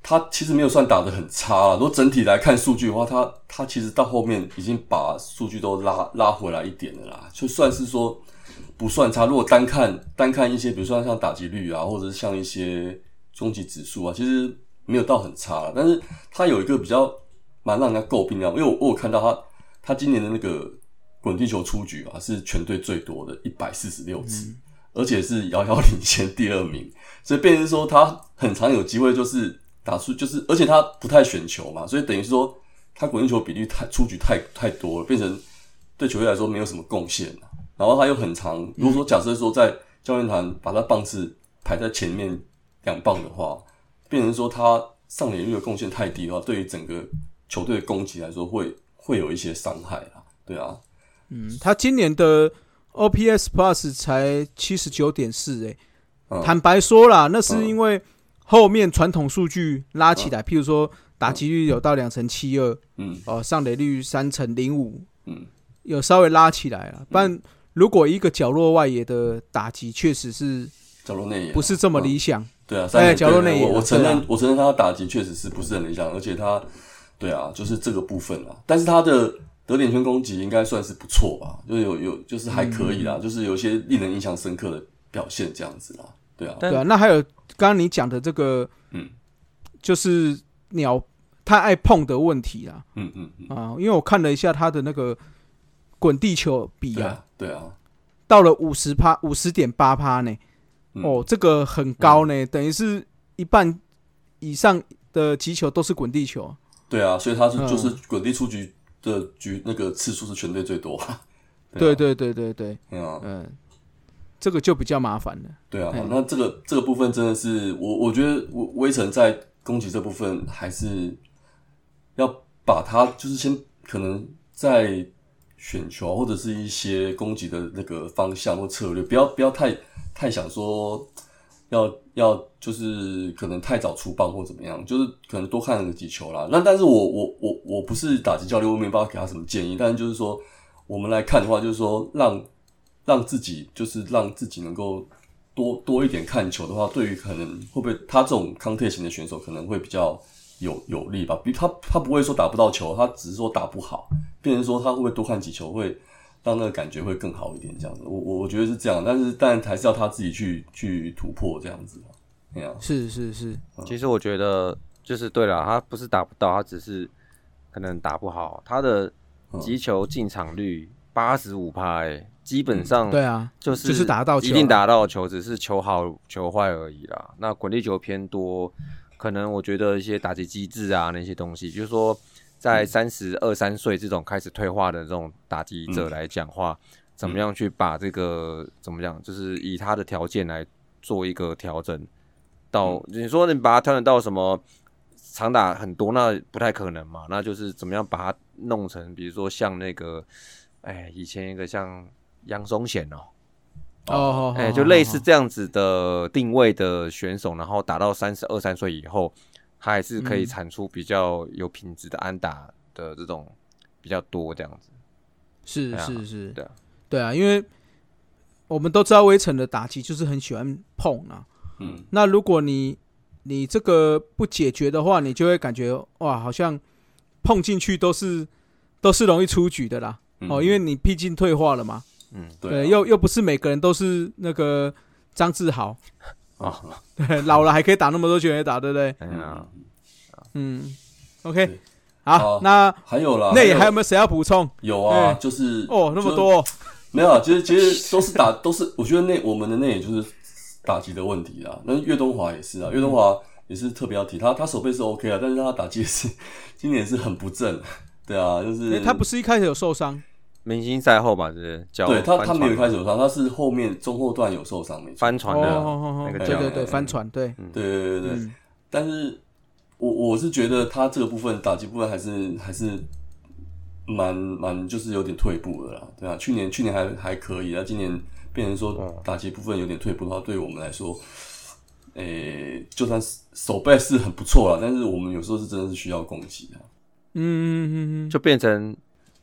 E: 他其实没有算打得很差啊。如果整体来看数据的话，他他其实到后面已经把数据都拉拉回来一点了啦，就算是说不算差。如果单看单看一些，比如说像打击率啊，或者是像一些终极指数啊，其实没有到很差啦。但是他有一个比较蛮让人家诟病啊的，因为我我有看到他他今年的那个滚地球出局啊，是全队最多的，一百四十六次，而且是遥遥领先第二名，所以变成说他很常有机会就是打出，就是而且他不太选球嘛，所以等于说他滚地球比率太出局太太多了，变成对球队来说没有什么贡献啊然后他又很长，
B: 嗯
E: 如果说假设说在教练团把他棒次排在前面两棒的话，变成说他上垒率的贡献太低的话，对于整个球队的攻击来说会会有一些伤害啦。对啊，
B: 嗯他今年的 OPS Plus 才七十九点四，哎，
E: 嗯
B: 坦白说啦，那是因为后面传统数据拉起来，譬如说打击率有到两成七二，
E: 嗯
B: 哦，上垒率三成零五，
E: 嗯
B: 有稍微拉起来了。不然，如果一个角落外野的打击，确实是
E: 角落内野啊
B: 不是这么理想。
E: 对啊，三垒
B: 角落内野
E: 对
B: 啊
E: 我我承
B: 对
E: 认
B: 啊，
E: 我承认他的打击确实是不是很理想，而且他对啊，就是这个部分啊，但是他的得点圈攻击应该算是不错吧，就是有有就是还
B: 嗯
E: 可以啦，就是有一些令人印象深刻的表现这样子啦。对啊，
F: 但
B: 对啊，那还有刚刚你讲的这个，
E: 嗯，
B: 就是鸟太爱碰的问题啦，
E: 嗯嗯嗯，
B: 啊，因为我看了一下他的那个滚地球比
E: 对
B: 啊，
E: 啊对啊，
B: 到了五十趴，五十点八趴呢，
E: 嗯
B: 哦，这个很高
F: 嗯
B: 呢，等于是一半以上的击球都是滚地球，
E: 对啊，所以他是
B: 嗯
E: 就是滚地出局的局那个次数是全队最多。
B: 对
E: 啊
B: 对对对对，
E: 对啊，
B: 嗯，这个就比较麻烦了。
E: 对啊
B: 嗯，
E: 那这个这个部分真的是我，我觉得我微尘在攻击这部分还是要把它，就是先可能在选球啊或者是一些攻击的那个方向或策略，不要不要太太想说要要就是可能太早出棒或怎么样，就是可能多看了几球啦。那但是我我我我不是打击教练，我没办法给他什么建议，但是就是说我们来看的话，就是说让让自己就是让自己能够多多一点看球的话，对于可能会不会他这种康特型的选手可能会比较有有利吧？比他他不会说打不到球，他只是说打不好，变成说他会不会多看几球会让那个感觉会更好一点这样子。我我我觉得是这样，但是但还是要他自己去去突破这样子嘛。对啊，
B: 是是是，
F: 其实我觉得就是对了，他不是打不到，他只是可能打不好。他的
B: 哦
F: 击球进场率八十五趴，欸基本上
B: 对啊，
F: 就是
B: 就是打到球
F: 一定打到球，只是球好球坏而已啦。那滚地球偏多，可能我觉得一些打击机制啊那些东西，就是说
B: 嗯
F: 在三十二三岁这种开始退化的这种打击者来讲话，
B: 嗯
F: 怎么样去把这个怎么讲，就是以他的条件来做一个调整。到
B: 嗯
F: 你说你把它调整到什么长打很多，那不太可能嘛。那就是怎么样把它弄成，比如说像那个，哎，以前一个像杨松贤哦，
B: 哦，
F: 哎，就类似这样子的定位的选手，然后打到三十二三岁以后，他还是可
B: 嗯
F: 以产出比较有品质的安打的这种比较多这样子。
B: 是
F: 对啊
B: 是是，
F: 对啊
B: 对啊，因为我们都知道微尘的打击就是很喜欢碰啊，
E: 嗯，
B: 那如果你你这个不解决的话，你就会感觉哇，好像碰进去都是都是容易出局的啦。
E: 嗯
B: 哦，因为你毕竟退化了嘛，
F: 嗯，
E: 对啊
B: 又又不是每个人都是那个张志豪，
F: 哦
B: 对，老了还可以打那么多全垒打，对不对？
F: 哎
E: 嗯
F: 呀，
B: 嗯，OK，
E: 对
B: 好
E: 好，
B: 那
E: 还有啦，
B: 那也还
E: 还
B: 有没有谁要补充？
E: 有啊，
B: 哎
E: 就是
B: 哦，那么
E: 就
B: 多哦，
E: 没有啊，其实其实都是打 都是，我觉得那我们的那也就是打击的问题啦。那岳东华也是
B: 嗯
E: 啊，岳东华也是特别要提他，他手背是 OK 啊，但是他打击也是 今年是很不正，对啊，就是、
B: 诶哎他不是一开始有受伤，
F: 明星赛后吧，就是脚
E: 对他
F: 翻
E: 他没有一
F: 船
E: 开始有伤，他是后面中后段有受伤没错，
F: 翻船
B: 哦
F: 的
B: 哦哦哦
F: 那个
B: 对
F: 脚，嗯
B: 对对，
E: 哎
B: 帆船，对，
E: 对对对对，对
B: 嗯
E: 但是我我是觉得他这个部分打击部分还是还是蛮蛮就是有点退步的啦，对啊，去年去年还还可以啊，今年变成说打击部分有点退步的话，对于我们来说，诶、就算是手背是很不错啦，但是我们有时候是真的是需要攻击啊的，
B: 嗯嗯嗯嗯嗯，
F: 就变成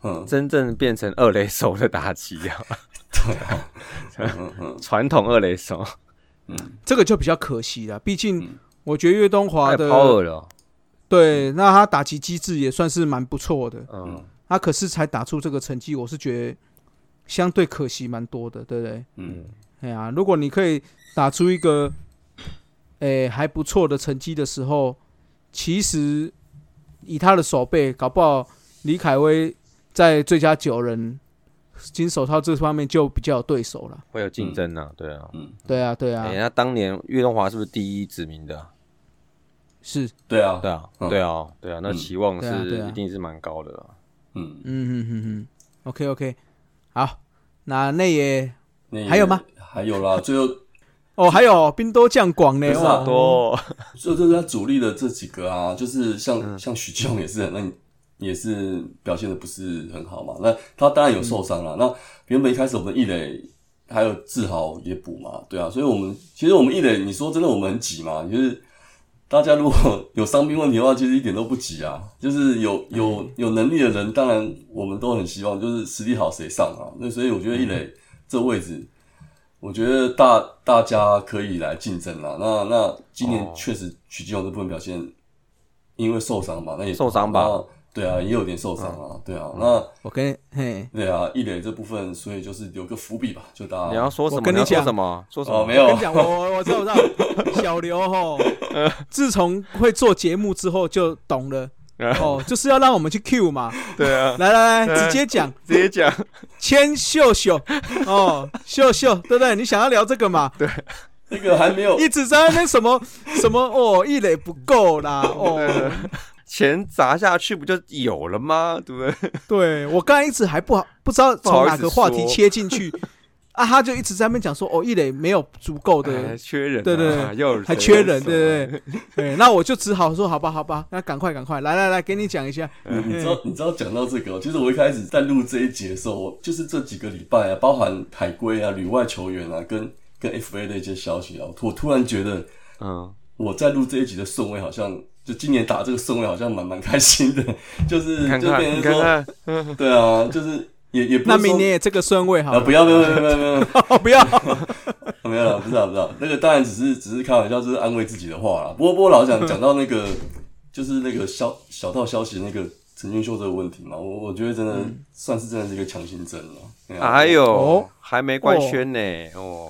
E: 嗯，
F: 真正变成二垒手的打击啊，
E: 对啊，嗯嗯
F: 传统二垒手，
B: 这个就比较可惜了，毕竟
E: 嗯
B: 我觉得岳东华
F: 太
B: 的
F: power 了哦，
B: 对，那他打击机制也算是蛮不错的，
F: 嗯，
B: 他可是才打出这个成绩，我是觉得相对可惜蛮多的，对不对？
E: 嗯
B: 哎呀，如果你可以打出一个，诶、还不错的成绩的时候，其实以他的手背，搞不好李凯威在最佳九人金手套这方面就比较有对手了。
F: 会有竞争啊，对啊。
E: 嗯，
B: 对啊，对啊，
F: 哎，那当年岳东华是不是第一指名的啊？
B: 是，
E: 对啊，
F: 对啊，
E: 嗯
F: 对啊，对啊，那
E: 嗯
F: 期望
B: 对啊对
F: 是
B: 啊
F: 一定是蛮高的啊。
E: 嗯，
B: 嗯嗯嗯嗯，OK OK，好，那那也
E: 那也
B: 还有吗？
E: 还有啦，最后
B: 哦，还有兵多将广呢，
E: 不是啊
B: 哦
F: 多
E: 就就是他主力的这几个啊，就是像、像许继勇也是很，啊那你也是表现的不是很好嘛。那他当然有受伤了。
F: 嗯
E: 那原本一开始我们一垒还有志豪也补嘛，对啊，所以我们其实我们一垒，你说真的我们很挤嘛，就是大家如果有伤病问题的话，其实一点都不挤啊。就是有有
F: 嗯
E: 有能力的人，当然我们都很希望就是实力好谁上啊。那所以我觉得
F: 嗯
E: 一垒这位置。我觉得大大家可以来竞争啦。那那今年
F: 哦
E: 确实许继勇这部分表现，因为受伤嘛，那也
F: 受伤吧嗯
E: 然后对啊，也有点受伤啊，对啊，那
B: 我跟嘿，
E: 对啊，一垒这部分，所以就是留个伏笔吧，就大
F: 你
E: 家
F: 要说什
B: 我
F: 么？
B: 跟你
F: 要说
B: 讲
F: 什么？说什
E: 哦
F: 么？
E: 没
B: 我跟
E: 有
B: 你，讲，我我知道我知道，小刘吼，自从会做节目之后就懂了。哦，就是要让我们去 Q 嘛，
F: 对啊，
B: 来来来，直接讲，
F: 直 接讲。
B: 千秀秀，哦，秀秀，对不对？你想要聊这个嘛？
E: 那个还没有，
F: 嗯
B: 一直在那边什么什么哦，一垒不够啦，哦，
F: 钱砸下去不就有了吗？对不对？
B: 对我刚才一直还不好，不知道从哪个话题切进去，啊，他就一直在那边讲说，哦，一垒没有足够的
F: 哎缺人啊，
B: 对对
F: 又有
B: 还
F: 谁
B: 缺
F: 要
B: 人，
F: 上
B: 对不对？ 对，那我就只好说，好吧，好吧，那赶快，赶快，来来来，给你讲一下。
E: 你你知道你知道讲到这个哦，其实我一开始在录这一节的时候，我就是这几个礼拜啊，包含海归啊、旅外球员啊，跟跟 FA 的一些消息啊，我突然觉得
F: 嗯，
E: 我在录这一集的顺位好像。就今年打这个顺位好像蛮蛮开心的，就是
F: 看
E: 就
F: 看
E: 变
F: 你
E: 成说
F: 看看，
E: 对啊，就是也也不
B: 那
E: 是说
B: 明年也这个顺位好
E: 啊，
B: 了，
E: 不要不要不要不要不要，
B: 哦 不要，
E: 没有了，不知道不知道，那个当然只是只是开玩笑，就是安慰自己的话啦。不过不过老讲讲到那个，就是那个消小道消息那个陈俊秀这个问题嘛，我我觉得真的、算是真的是一个强心针了。对啊
F: 哎呦
B: 哦，
F: 还没官宣呢，哦，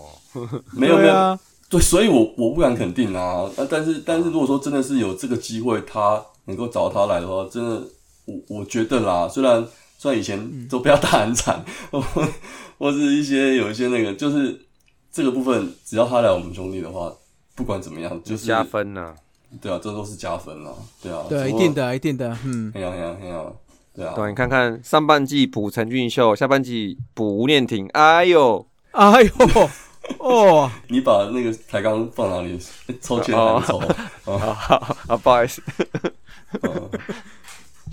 E: 没有没有、
B: 啊，
E: 对，所以我我不敢肯定啊。但但是但是如果说真的是有这个机会，他能够找他来的话，真的我我觉得啦，虽然虽然
B: 嗯
E: 以前都被他打很惨，我或是一些有一些那个，就是这个部分，只要他来我们兄弟的话，不管怎么样，就是
F: 加分呢，
E: 对啊，这都是加分啦，对啊，
B: 对，
E: 只
B: 一
E: 不过
B: 定，的，一定的，嗯，
E: 哎呀哎呀哎呀，对啊，
F: 对，你看看上半季补陈俊秀，下半季补吴念婷， 哎呦，
B: 哎呦， 哦，
E: 你把那个抬杠放哪里？ 抽签还
F: 哦
E: 是抽？
F: 啊 啊，不好意思，
E: 嗯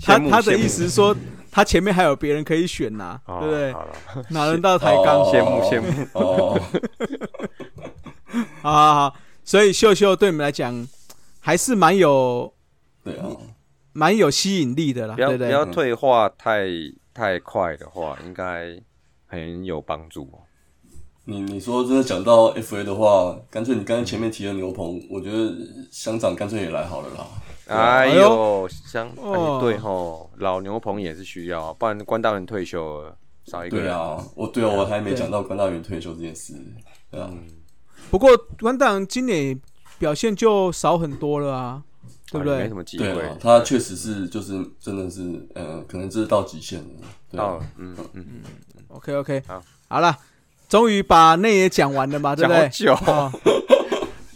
B: 他
F: 羡慕
B: 他的意，
F: 羡
B: 思是说，他前面还有别人可以选呐，
F: 慕
B: 对不对
F: 哦？好了，
B: 哪轮到抬杠？
E: 哦
F: 羡慕羡慕。
E: 哦，
B: 好好好，所以秀秀对你们来讲还是蛮有
E: 对啊，
B: 蛮有吸引力的啦，
F: 不要
B: 对
F: 不
B: 不
F: 要
B: 对？
F: 退化太太快的话，应该很有帮助哦。
E: 你你说真的讲到 FA 的话，干脆你刚才前面提的牛棚，我觉得乡长干脆也来好了啦。
F: 哎
B: 哎
F: 呦，相
B: 哦
F: 哎对吼，老牛棚也是需要，不然关大人退休了，少一个
E: 对
F: 人。
E: 啊，我对啊，我还没讲到关大元退休这件事。对啊，
B: 不过关党今年表现就少很多了啊，对不
F: 啊没
B: 对
F: 什？么机
E: 对
F: 会
E: 啊，。他确实是就是真的是，呃，可能这是到极限了。对
F: 到
E: 啊，
F: 嗯嗯，
B: OK OK，
F: 好，
B: 好了，终于把内也讲完了嘛，对
F: 讲
B: 不
F: 好
B: 对？
F: 久，
B: 哦、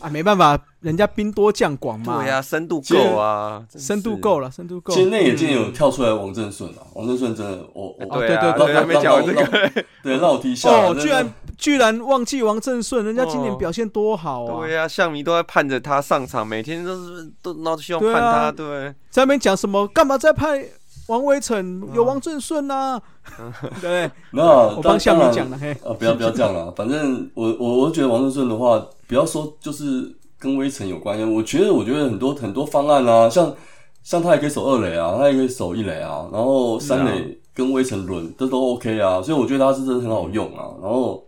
B: 啊，没办法，人家兵多将广嘛，
F: 对呀，深度够啊，真是
B: 深度够。了，深度够。
E: 其实内野今天有跳出来王振顺啊，王振顺真的，我我
F: 对啊，
B: 对对对
F: 还没讲完这个，
E: 个，对，让我提一下。
B: 哦，
E: 真的
B: 居然居然忘记王振顺，人家今
F: 哦
B: 年表现多好啊！
F: 对呀，象迷都在盼着他上场，每天都是都闹希望
B: 对
F: 盼
B: 啊
F: 他，对，
B: 在那边讲什么？干嘛在派王威成？有王振顺呐、 啊，对不对？
E: 没有啊，
B: 我
E: 当
B: 帮项
E: 当
B: 目
E: 然
B: 讲了，嘿，
E: 啊，不要不要这样啦，反正我我我觉得王振顺的话，不要说就是跟微尘有关，我觉得我觉得很多很多方案啊，像像他也可以守二垒啊，他也可以守一垒啊，然后三垒跟微尘轮这都 OK 啊，所以我觉得他是真的很好用啊。然后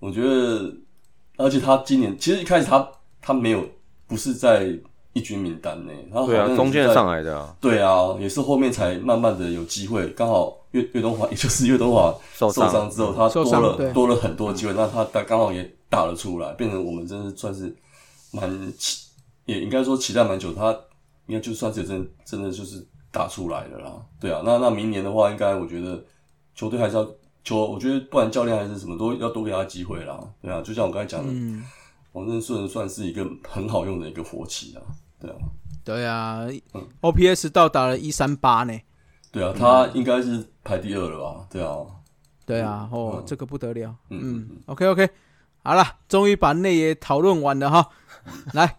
E: 我觉得，而且他今年其实一开始他他没有不是在一军名单内，他好
B: 嗯
F: 对啊，
E: 像
F: 中
E: 是
F: 间
E: 在
F: 上来的啊，
E: 对啊，也是后面才慢慢的有机会，刚好岳岳东华，也就是岳东华
F: 受伤
E: 伤之后，他
B: 受
E: 多
B: 伤
E: 了
B: 对
E: 多了很多机会，那他他刚好也打了出来，变成我们真是算是蛮期，也应该说期待蛮久，他应该就算是真真的就是打出来了啦。对啊，那那明年的话，应该我觉得球队还是要球，我觉得不然教练还是什么都要多给他机会啦。对啊，就像我刚才讲的，
B: 嗯，
E: 王振顺算是一个很好用的一个活棋啊。对啊，
B: 对啊，OPS 到达了一三八呢。
E: 对
B: 嗯
E: 啊，他应该是排第二了吧？对啊，
B: 对啊，哦
E: 嗯，
B: 这个不得了。
E: 嗯
B: 嗯，OK OK，好了，终于把内也讨论完了 哈。来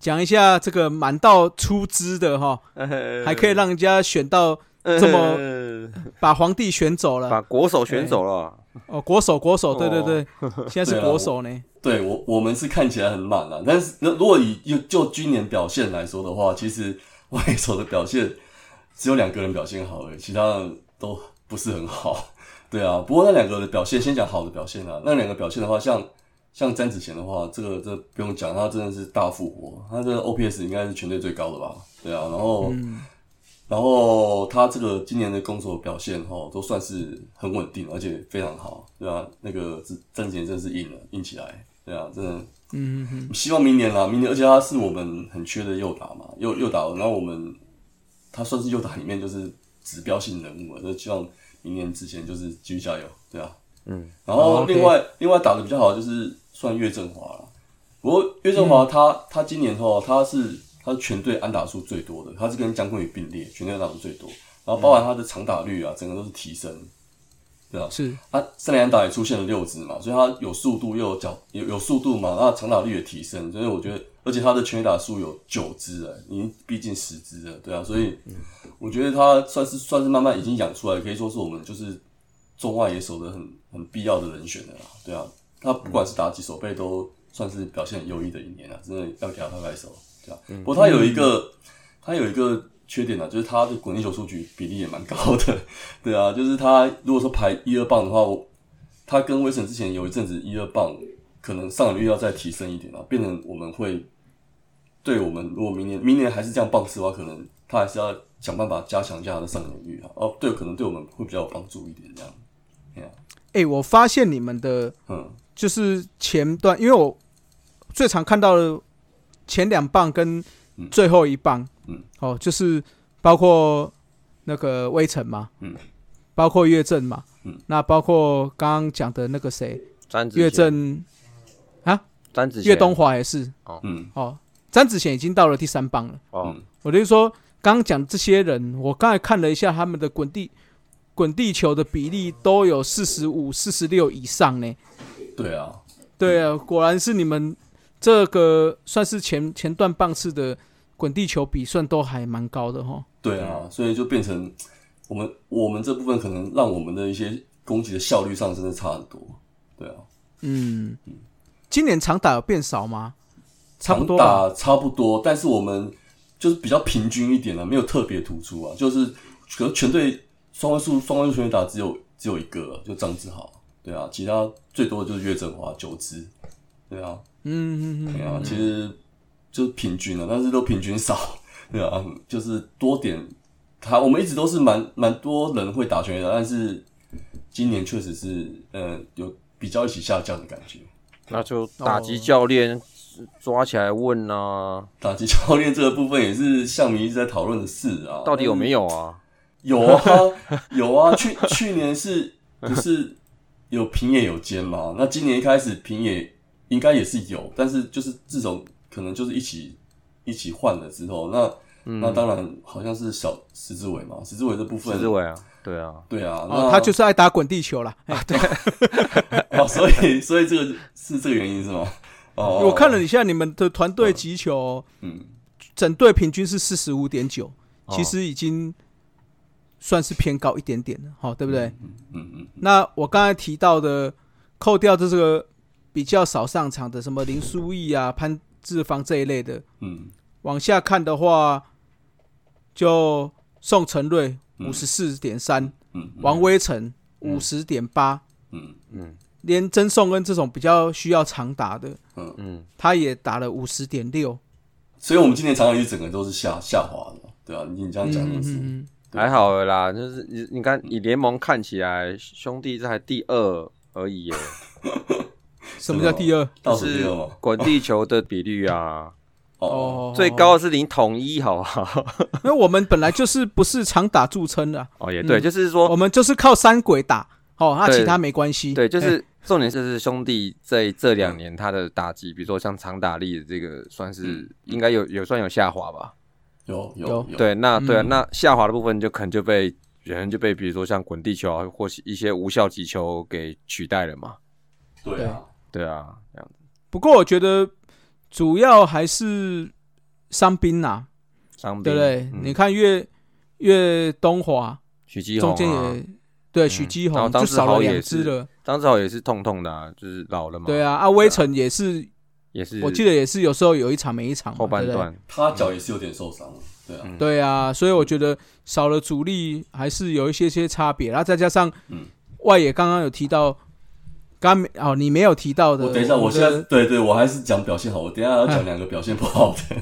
B: 讲一下这个满到出资的哈，还可以让人家选到这么
F: 么
B: 把皇帝选走了
F: 把国手选走了。
B: 哦，国手国手，对对对，现在
E: 对
B: 是
E: 啊
B: 国手呢。
E: 对我我们是看起来很满了、但是那如果以就就今年表现来说的话，其实外野手的表现只有两个人表现好而已，其他人都不是很好。对啊，不过那两个的表现，先讲好的表现啊。那两个表现的话，像像詹子贤的话，这个这不用讲，他真的是大复活，他这 OPS 应该是全队最高的吧？对啊，然后、然后他这个今年的攻守表现哈，都算是很稳定，而且非常好，对啊，那个詹詹子贤真的是硬了，硬起来，对啊，真的
B: 嗯嗯
E: 希望明年啦，明年，而且他是我们很缺的右打嘛，右右打，然后我们他算是右打里面就是指标性人物了，啊就希望明年之前就是继续加油，对啊，
F: 嗯，
E: 然后
B: 哦，OK
E: 另外、另外打的比较好的就是算岳振华了，不过岳振
B: 嗯
E: 华他、他今年后他是他是全队安打数最多的，他是跟江坤宇并列，全队安打数最多，然后包含他的长打率啊，整个都是提升，对
B: 哼，，
E: 啊
B: 嗯是
E: 他三连打也出现了六支嘛，所以他有速度又有脚有有速度嘛，那长打率也提升，所以我觉得，而且他的全垒打数有九支了，已经逼近十支了，对啊，所以我觉得他算是算是慢慢已经养出来，可以说是我们就是中外野手的很很必要的人选了啦，对啊，他不管是打击手背都算是表现很优异的一年啊，真的要给他拍拍手，对啊，不过他有一个他有一个缺点呢、就是他的滚地球数据比例也蛮高的，对啊，就是他如果说排一二棒的话，我他跟威神之前有一阵子一二棒可能上垒率要再提升一点啊，变成我们会对我们如果明年明年还是这样棒次的话，可能他还是要想办法加强一下他的上垒率啊，哦，对，可能对我们会比较有帮助一点这样，
B: 哎、我发现你们的
E: 嗯，
B: 就是前段，因为我最常看到的前两棒跟
E: 嗯
B: 最后一棒，
E: 嗯，
B: 哦，就是包括那个微尘嘛，
E: 嗯，
B: 包括岳正嘛，
E: 嗯，
B: 那包括刚刚讲的那个谁，
F: 詹子
B: 岳
F: 贤，
B: 正、
F: 詹子贤
B: 岳东华也是，
E: 嗯
B: 哦，詹子贤已经到了第三棒了。
F: 哦，
B: 我就是说，刚刚讲这些人，我刚才看了一下他们的滚地滚地球的比例都有四十五、四十六以上呢。
E: 对啊，
B: 对啊，果然是你们这个算是前前段棒次的滚地球比算都还蛮高的哈。
E: 对啊，所以就变成我们我们这部分可能让我们的一些攻击的效率上真的差很多。对啊，
B: 嗯，今年长打有变少吗？差不多啊
E: 长
B: 吧。
E: 打差不多，但是我们就是比较平均一点了、没有特别突出啊。就是可能全队双位数双位数全垒打只有只有一个，就张志豪。对啊，其他最多的就是岳振华九支。对啊，
B: 嗯嗯嗯
E: 对啊，其实就是平均了、但是都平均少，对啊，就是多点。他我们一直都是蛮蛮多人会打全垒打，但是今年确实是呃有比较一起下降的感觉。
F: 那
E: 哦
F: 就打击教练抓起来问啊，
E: 打击教练这个部分也是项迷一直在讨论的事啊，
F: 到底有没
E: 有？
F: 有啊？
E: 有啊，有啊，去去年是不是有平野有间嘛？那今年一开始平野应该也是有，但是就是自从可能就是一起一起换了之后，那、那当然好像是小石之伟嘛，石之伟这部分，
F: 石志伟啊，对啊，
E: 对啊，那、
B: 哦，他就是爱打滚地球啦。哎
E: 哦，所以 所以这个是这个原因是吗？哦，
B: 我看了一下你们的团队击球，
E: 嗯，
B: 整队平均是四十五点九，
E: 啊
B: 其实已经算是偏高一点点了，好，对不对？
E: 嗯嗯
B: 那我刚才提到的，扣掉这个比较少上场的，什么林书义啊、潘志芳这一类的，
E: 嗯
B: 往下看的话，就宋承瑞
E: 嗯
B: 五十四点三，
E: 嗯嗯
B: 王威成五十点八，
E: 嗯
B: 连曾颂恩这种比较需要长打的，
E: 嗯嗯，
F: 嗯，
B: 他也打了五十点六。
E: 所以我们今年常常一整个都是下下滑的，对啊，你你这样讲
B: 嗯
E: 也
B: 嗯
E: 是，
B: 嗯，
E: 对
F: 还好了啦，就是你你看以联盟看起来，兄弟这还第二而已耶，
B: 什么叫第二？
E: 倒数
F: 是
E: 第二嘛，
F: 滚地球的比率啊，
E: 哦。
F: 最高是零统一，好不好？
B: 哦因为我们本来就是不是常打著称的啊，
F: 哦，也对，
B: 嗯
F: 就是说
B: 我们就是靠三鬼打，哦，那
F: 对
B: 其他没关系。
F: 对，就
B: 哎
F: 是重点就是兄弟这这两年他的打击，比如说像长打力的这个，算
E: 嗯
F: 是应该有有算有下滑吧？
E: 有
B: 有
E: 有有，
F: 对，那对啊，
B: 嗯
F: 那下滑的部分就可能就被有人就被比如说像滚地球啊，或是一些无效击球给取代了嘛？
E: 对啊，
F: 对啊，这样子
B: 不过我觉得主要还是伤兵呐、
F: 伤兵
B: 对不对？
F: 嗯
B: 你看岳岳东华
F: 许基
B: 中
F: 宏
B: 间也、
F: 啊，
B: 对
F: 嗯
B: 许基
F: 然
B: 宏
F: 后张
B: 就
F: 志
B: 少了
F: 豪也
B: 两支
F: 是
B: 了，
F: 张志豪也是痛痛的，啊，就是老了嘛。
B: 对，啊，啊威城也是，
F: 也是
B: 我记得也是有时候有一场没一场嘛，
F: 后半
B: 对不对
F: 段嗯
E: 他脚也是有点受伤了，对啊，
B: 对啊，所以我觉得少了主力还是有一些些差别，然后再加上
E: 嗯
B: 外野刚刚有提到，刚没哦你没有提到的，
E: 我等一下，我
B: 觉
E: 现在
B: 得
E: 对对，我还是讲表现好，我等一下要讲两个表现不 好的，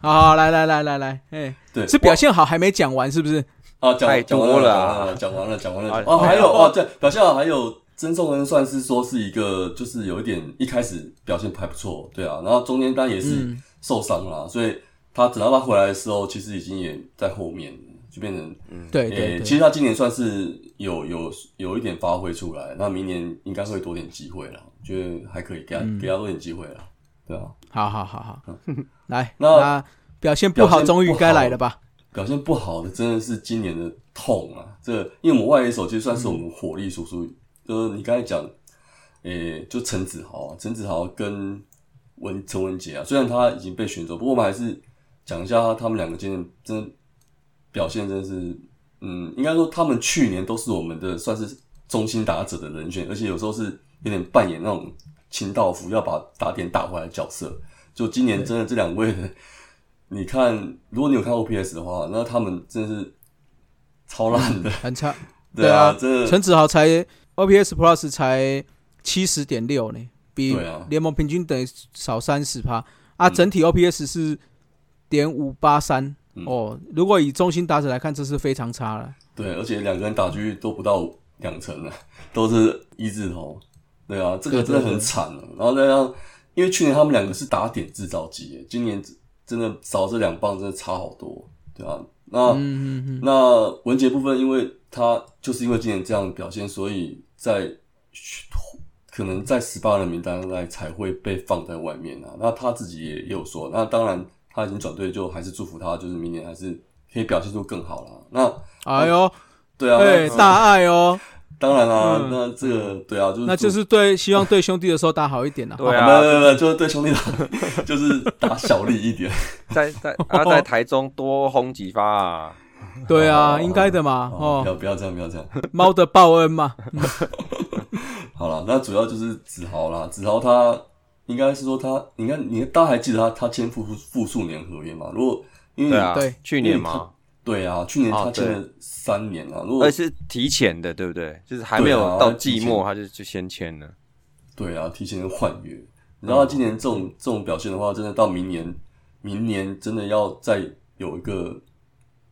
B: 好好来来来来来，哎，
E: 对，
B: 是表现好还没讲完是不是？
E: 啊，讲
F: 太
E: 讲完
F: 多了
E: 了，
F: 啊
E: 讲完了，讲完了，
F: 哎
E: 讲完了哦，还有哦，对，表现好，还有曾颂恩算是说是一个，就是有一点一开始表现还不错，对啊，然后中间他也是
B: 嗯
E: 受伤啦，所以他等到他回来的时候，其实已经也在后面了，就变成
B: 对
E: 诶、
B: 对
E: 其
B: 对，
E: 实他今年算是有有有一点发挥出来，那明年应该会多点机会了，我觉得还可以给他、
B: 嗯
E: 给他多点机会了，对啊。
B: 好好好好，来，
E: 嗯那
B: 那表现不
E: 表
B: 好
E: 现
B: 终于
E: 不好
B: 该来了吧？
E: 表现不好的真的是今年的痛啊！这因为我们外野手其实算是我们火力输出，就是你刚才讲，诶、就陈子豪啊，陈子豪跟文陈文杰啊，虽然他已经被选走，不过我们还是讲一下他们两个今年真的表现真的是，嗯，应该说他们去年都是我们的算是中心打者的人选，而且有时候是有点扮演那种清道夫要把打点打回来的角色。就今年真的这两位的你看，如果你有看 OPS 的话，那他们真是超烂的。
B: 很差。
E: 对
B: 啊，
E: 真的
B: 陈子豪才 OPS Plus 才七十点六呢，比
E: 对啊
B: 联盟平均等于少三十趴啊。
E: 嗯
B: 整体 OPS 是点五八三
E: 嗯
B: 哦。如果以中心打者来看，这是非常差了。
E: 对，而且两个人打狙都不到两成啊，都是一字头。对啊，这个真的很惨、啊。然后再加上，因为去年他们两个是打点制造机耶，今年真的少这两磅，真的差好多。对啊，那、
B: 嗯嗯嗯，
E: 那文杰部分，因为他就是因为今年这样的表现，所以在可能在十八人名单内才会被放在外面啊。那他自己也也有说，那当然他已经转队，就还是祝福他，就是明年还是可以表现出更好啦。那
B: 哎呦，
E: 对啊，
B: 哎，
E: 那
B: 大爱哦，
E: 当然啦，
B: 嗯
E: 那这个对啊，就是
B: 那就是对希望对兄弟的时候打好一点了。
F: 对
E: 没
F: 啊，
E: 有没有，就是对兄弟打， 就是打小力一点。
F: 在在啊，在台中多轰几发啊！
B: 对啊，
E: 哦
B: 应该的嘛。
E: 哦，不
B: 哦，
E: 要不要这样，不要这样。
B: 猫的报恩嘛。
E: 好了，那主要就是子豪啦，子豪他应该是说他，你看你大家还记得他他签复数复数年合约嘛？如果因为
F: 对啊
B: 对，
F: 去年嘛，
E: 对啊，去年他
F: 哦对
E: 签了三年啊，如果
F: 而且是提前的，对不对？就是还没
E: 对啊
F: 有到季
E: 提
F: 末，
E: 前
F: 他就就先签了。
E: 对啊，提前换约，然后今年这
F: 嗯
E: 种这种表现的话，真的到明年，明年真的要再有一个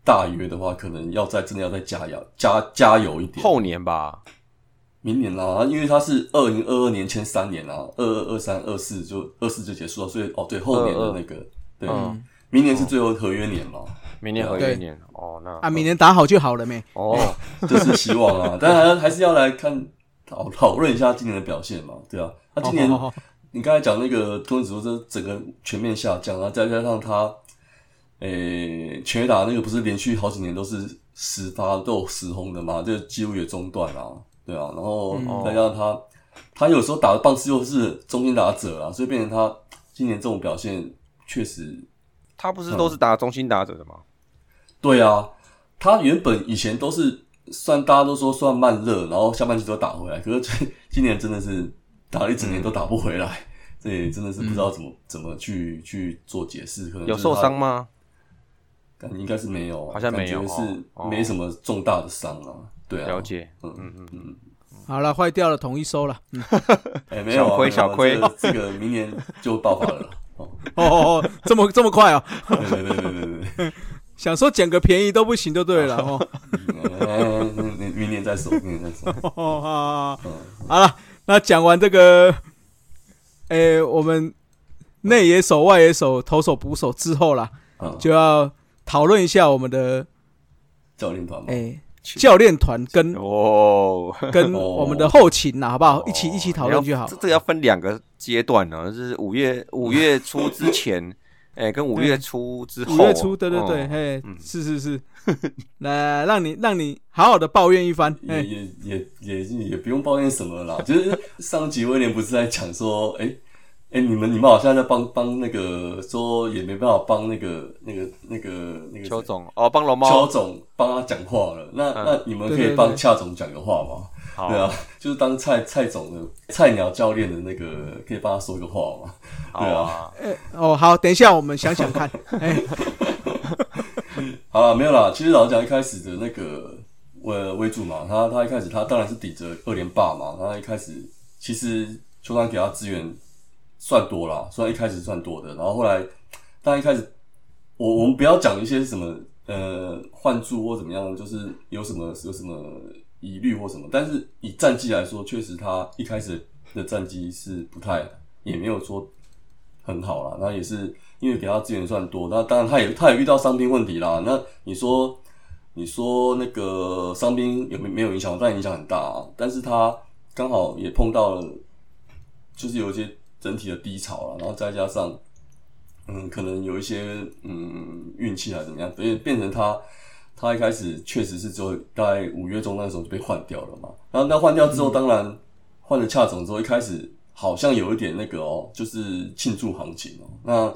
E: 大约的话，可能要再真的要再加油加加油一点。
F: 后年吧，
E: 明年啦，因为他是二零二二年签三年啦，二二二三二四就二四就结束了，所以哦对，后年的那个对，
F: 嗯
E: 明年是最后合约年嘛，
F: 明年合
B: 对
F: 约年哦，那
B: 啊，明年打好就好了没？
F: 哦，
E: 这是希 望啊，但还还是要来看讨讨论一下今年的表现嘛，对啊，那今年
B: 哦哦哦
E: 你刚才讲那个中指数，这整个全面下降，然后再加上他，诶、全垒打那个不是连续好几年都是十发都有十轰的嘛，这几乎也中断啦、对啊，然后
B: 嗯
E: 再加上他，他有时候打的棒次又是中间打者啊，所以变成他今年这种表现确实，
F: 他不是都
E: 嗯
F: 是打中心打者的吗？
E: 对啊，他原本以前都是算大家都说算慢热，然后下半季都打回来，可是这今年真的是打了一
F: 嗯
E: 整年都打不回来，这也真的是不知道怎么、怎么去去做解释，可能
F: 有
E: 就是
F: 受
E: 他
F: 伤吗？
E: 感应该是没有，啊
F: 好像没有
E: 感觉是
F: 哦
E: 没什么重大的伤啊。对啊，
F: 了解，
E: 嗯
F: 嗯嗯嗯，
B: 好了，坏掉了，统一收了。
E: 哎，没有啊
F: 小亏
E: 没有啊
F: 小亏
E: 这个这个明年就爆发了 啦。哦，
B: 哦哦哦，这么这么快哦。
E: 对对对对对对
B: 想说捡个便宜都不行，就对了哦。
E: 哎，哎哎明明年再说，明年再说。
B: 哦哦
E: 嗯
B: 好好了，那讲完这个，诶、我们内野手、外野手、投手、捕手之后啦，
E: 嗯，
B: 就要讨论一下我们的
E: 教练团嘛，
B: 诶、教练团跟
F: 哦，
B: 跟
E: 哦
B: 我们的后勤啦，好不好？一起
F: 哦
B: 一起讨论就好
F: 要这。这个要分两个阶段呢，就是五月五月初之前，哎，跟五月初之后。
B: 五月初，对对对，
F: 嗯
B: 嘿，
F: 嗯
B: 是是是， 来让你让你好好的抱怨一番，
F: 嗯
E: 也
B: 哎，
E: 也也也也不用抱怨什么啦。就是上集威廉不是在讲说，哎哎，你们你们好像在帮帮那个说也没办法帮那个那个那个那个
F: 邱总哦，帮龙
E: 邱
F: 猫，
E: 总帮他讲话了，那、
F: 嗯
E: 那你们可
B: 对对
E: 以
B: 对
E: 帮恰总讲个话吗？
F: 好
E: 对啊，就是当蔡蔡总的菜鸟教练的那个，可以帮他说个话嘛？
F: 好啊，
B: 哦，好，等一下我们想想 看，哎，
E: 好啊了，没有啦。其实老实讲，一开始的那个呃威助嘛，他他一开始他当然是抵着二连霸嘛，他一开始其实球团给他资源算多啦，虽然一开始算多的，然后后来但一开始我我们不要讲一些什么呃换注或怎么样，就是有什么有什么疑虑或什么，但是以战绩来说，确实他一开始的战绩是不太，也没有说很好啦。那也是因为给他资源算多，那当然他也他也遇到伤兵问题啦。那你说你说那个伤兵有没没有影响？当然影响很大啊，但是他刚好也碰到了，就是有一些整体的低潮了，然后再加上。嗯，可能有一些嗯运气还是怎么样，所以变成他他一开始确实是只有大概五月中那时候就被换掉了嘛。然后那换掉之后，当然换了恰总之后，一开始好像有一点那个哦，就是庆祝行情哦。那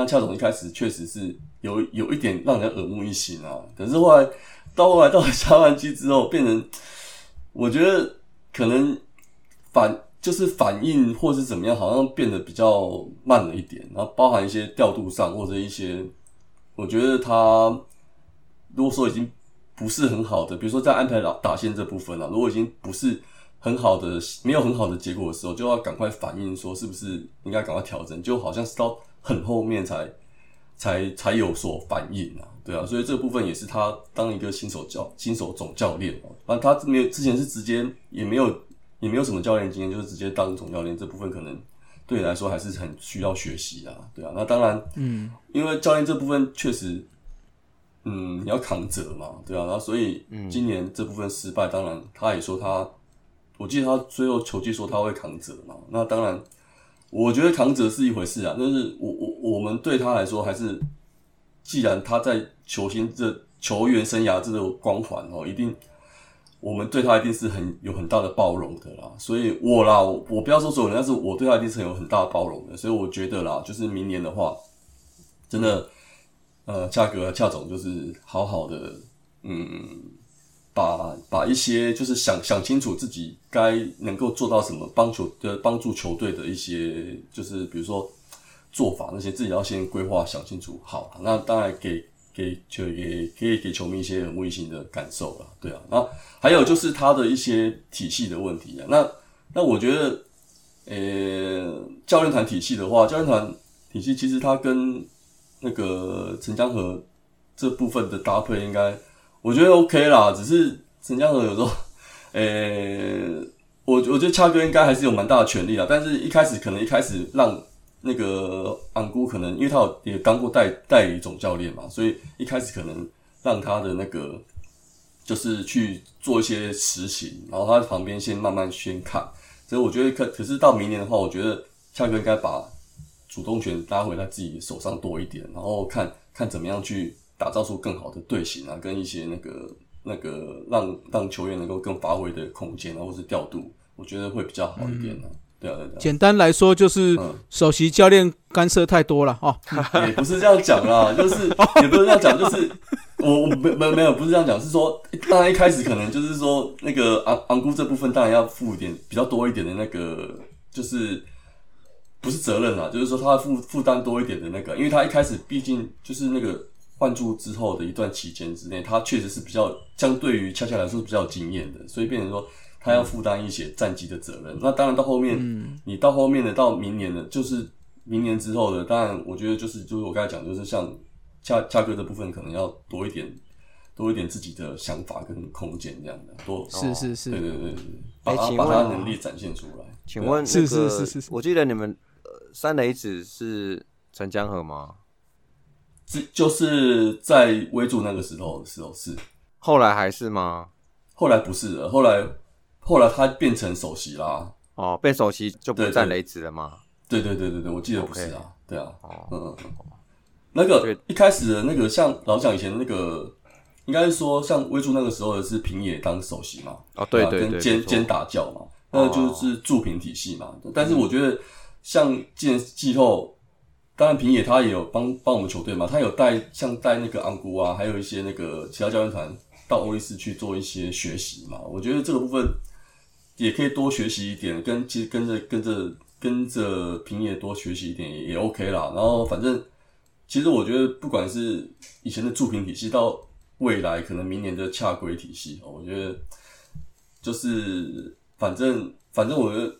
E: 那恰总一开始确实是有有一点让人耳目一新啊，可是后来到后来到了下半季之后，变成我觉得可能反就是反应或是怎么样，好像变得比较慢了一点，然后包含一些调度上或者一些我觉得他如果说已经不是很好的，比如说在安排打打线这部分啊，如果已经不是很好的，没有很好的结果的时候，就要赶快反应说是不是应该赶快调整，就好像是到很后面才才才有所反应啊，对啊，所以这部分也是他当一个新手教新手总教练哦、啊，他没有之前是直接也没有也没有什么教练经验，就是直接当总教练，这部分可能对你来说还是很需要学习的啊，对啊，那当然，
B: 嗯，
E: 因为教练这部分确实，嗯，你要扛责嘛，对啊，然后所以今年这部分失败，当然他也说他，我记得他最后球季说他会扛责嘛，那当然，我觉得扛责是一回事啊，但是我我我们对他来说还是，既然他在球星这球员生涯这个光环哦，一定。我们对他一定是很有很大的包容的啦，所以我啦，我我不要说所有人，但是我对他一定是很有很大的包容的，所以我觉得啦，就是明年的话，真的，呃，价格啊，恰总就是好好的，嗯，把把一些就是想想清楚自己该能够做到什么，帮球呃帮助球队的一些，就是比如说做法那些，自己要先规划想清楚。好，那当然给给球也可以给球迷一些很温馨的感受了，对啊。那还有就是他的一些体系的问题啊，那那我觉得，呃，教练团体系的话，教练团体系其实它跟那个陈江河这部分的搭配，应该我觉得 OK 啦。只是陈江河有时候，呃、我我觉得恰哥应该还是有蛮大的权利啦。但是一开始可能一开始让那个安姑可能，因为他有也当过代代理总教练嘛，所以一开始可能让他的那个就是去做一些实行，然后他旁边先慢慢先看。所以我觉得可可是到明年的话，我觉得恰哥应该把主动权拉回他自己手上多一点，然后看看怎么样去打造出更好的队形啊，跟一些那个那个让让球员能够更发挥的空间啊，或是调度，我觉得会比较好一点啊。对啊，对
B: 简单来说就是
E: 嗯
B: 首席教练干涉太多了哦。
E: 啊，也不是这样讲啦，就是也不是这样讲，就是我我没没没有不是这样讲，是说当然一开始可能就是说那个昂昂姑这部分当然要负一点比较多一点的那个就是不是责任啦，就是说他负负担多一点的那个，因为他一开始毕竟就是那个换注之后的一段期间之内，他确实是比较相对于恰恰来说是比较有经验的，所以变成说他要负担一些战绩的责任。那当然到后面，
B: 嗯
E: 你到后面的到明年的，就是明年之后的，当然我觉得就是就是我刚才讲，就是像恰恰哥这部分可能要多一点。多一点自己的想法跟空间，这样的多
B: 是是
E: 对
B: 是，
E: 对对对，把
F: 哎请
E: 把
F: 问
E: 他能力展现出来。
F: 请问
B: 是
F: 那
B: 是
F: 个
B: 是是是
F: 我记得你们呃三雷子是陈江河吗？
E: 这就是在微助那个时候的时候是，
F: 后来还是吗？
E: 后来不是了，后来后来他变成首席啦。
F: 哦，被首席就不
E: 对对
F: 占雷子了吗？
E: 对对对对对，我记得不是啊对啊，
F: 哦
E: 嗯嗯，嗯那个
F: 对
E: 一开始的那个像老蒋以前那个，应该是说像微助那个时候的是平野当首席嘛，
F: 哦，对
E: 啊
F: 对对，
E: 跟兼
F: 没错哦
E: 兼打教嘛，那就是助评体系嘛。但
F: 嗯
E: 是我觉得像季季后，当然平野他也有帮帮我们球队嘛，他有带像带那个昂古啊，还有一些那个其他教练团到欧力士去做一些学习嘛。我觉得这个部分也可以多学习一点，跟其实跟着跟着跟着平野多学习一点也也 OK 啦。然后反正其实我觉得不管是以前的助评体系到未来可能明年的恰规体系，哦我觉得就是反正反正我觉得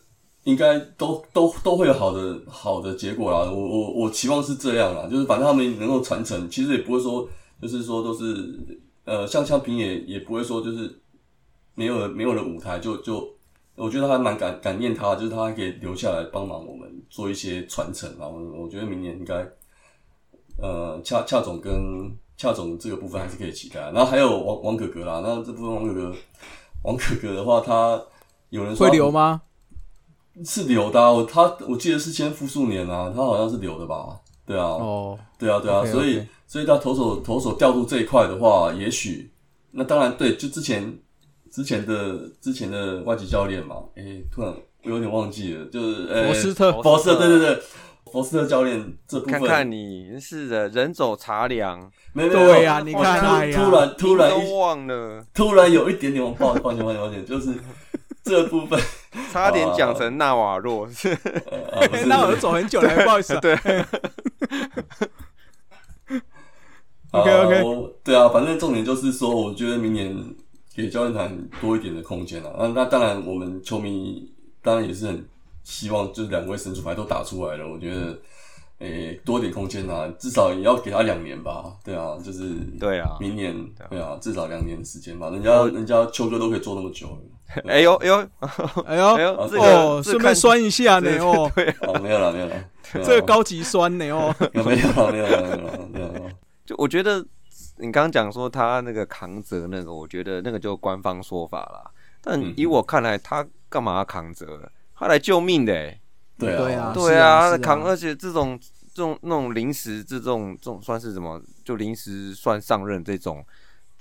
E: 应该都都都会有好的好的结果啦。我我我期望是这样啦，就是反正他们能够传承，其实也不会说就是说都是呃，像像平也也不会说就是没有了没有了舞台就就。我觉得还蛮感感念他，就是他还可以留下来帮忙我们做一些传承啊。我我觉得明年应该，呃，恰恰总跟恰总这个部分还是可以期待。然后还有王王哥哥啦，那这部分王哥哥，王哥哥的话，他有
F: 哦
E: 人说
B: 会留吗？
E: 是留的、啊，我他我记得是先复数年啊，他好像是留的吧？对啊，
B: 哦，
E: 对啊，对啊
B: OK，OK
E: 所以所以他投手投手调度这一块的话，也许那当然对，就之前之前的之前的外籍教练嘛，诶、突然我有点忘记了，就是呃，
B: 博斯特
F: 哦
E: 博斯特，对对对，博斯特教练这部分，
F: 看看你是的，人走茶凉，
E: 没有没有，
B: 对呀，你
E: 突
C: 哦
B: 看，哎呀，
E: 突然突然
F: 都
E: 一
F: 忘了，
E: 突然有一点点，我抱歉抱歉抱歉抱歉，就是这部分，
F: 差点讲成纳瓦
B: 哦
F: 洛，是
E: 啊、
B: 哎
E: 不是
B: 那我都走很久了，不好意思啊。
F: 对
B: OK，OK
E: 呃我对啊，反正重点就是说，我觉得明年给教练团多一点的空间啊。那那当然，我们球迷当然也是很希望，就是两位神主牌都打出来了，我觉得。诶、多一点空间啊，至少也要给他两年吧，对啊，就是
F: 对啊
E: 明年对啊，至少两年的时间吧，人家人家秋哥都可以做那么久了，
F: 哎呦哎呦，
B: 哎
F: 哎
B: 呦，
F: 呦，这
B: 哦顺
F: 个，这个
B: 便
F: 看
B: 酸一下呢哦，
E: 哦，没有了，没有了，
B: 这个
E: 高。
B: 高级酸呢 哦，
E: 有没有了？没有了，没有了，没有了。
F: 就我觉得嗯你刚刚讲说他那个扛责那个，我觉得那个就官方说法啦。但
E: 嗯
F: 以我看来，他干嘛要扛责？啊他来救命的、欸，
E: 对啊，
B: 对啊
F: 对
B: 是啊
F: 啊，
B: 是啊
F: 扛，而且这种这种那种临时这种这种算是什么？就临时算上任这种，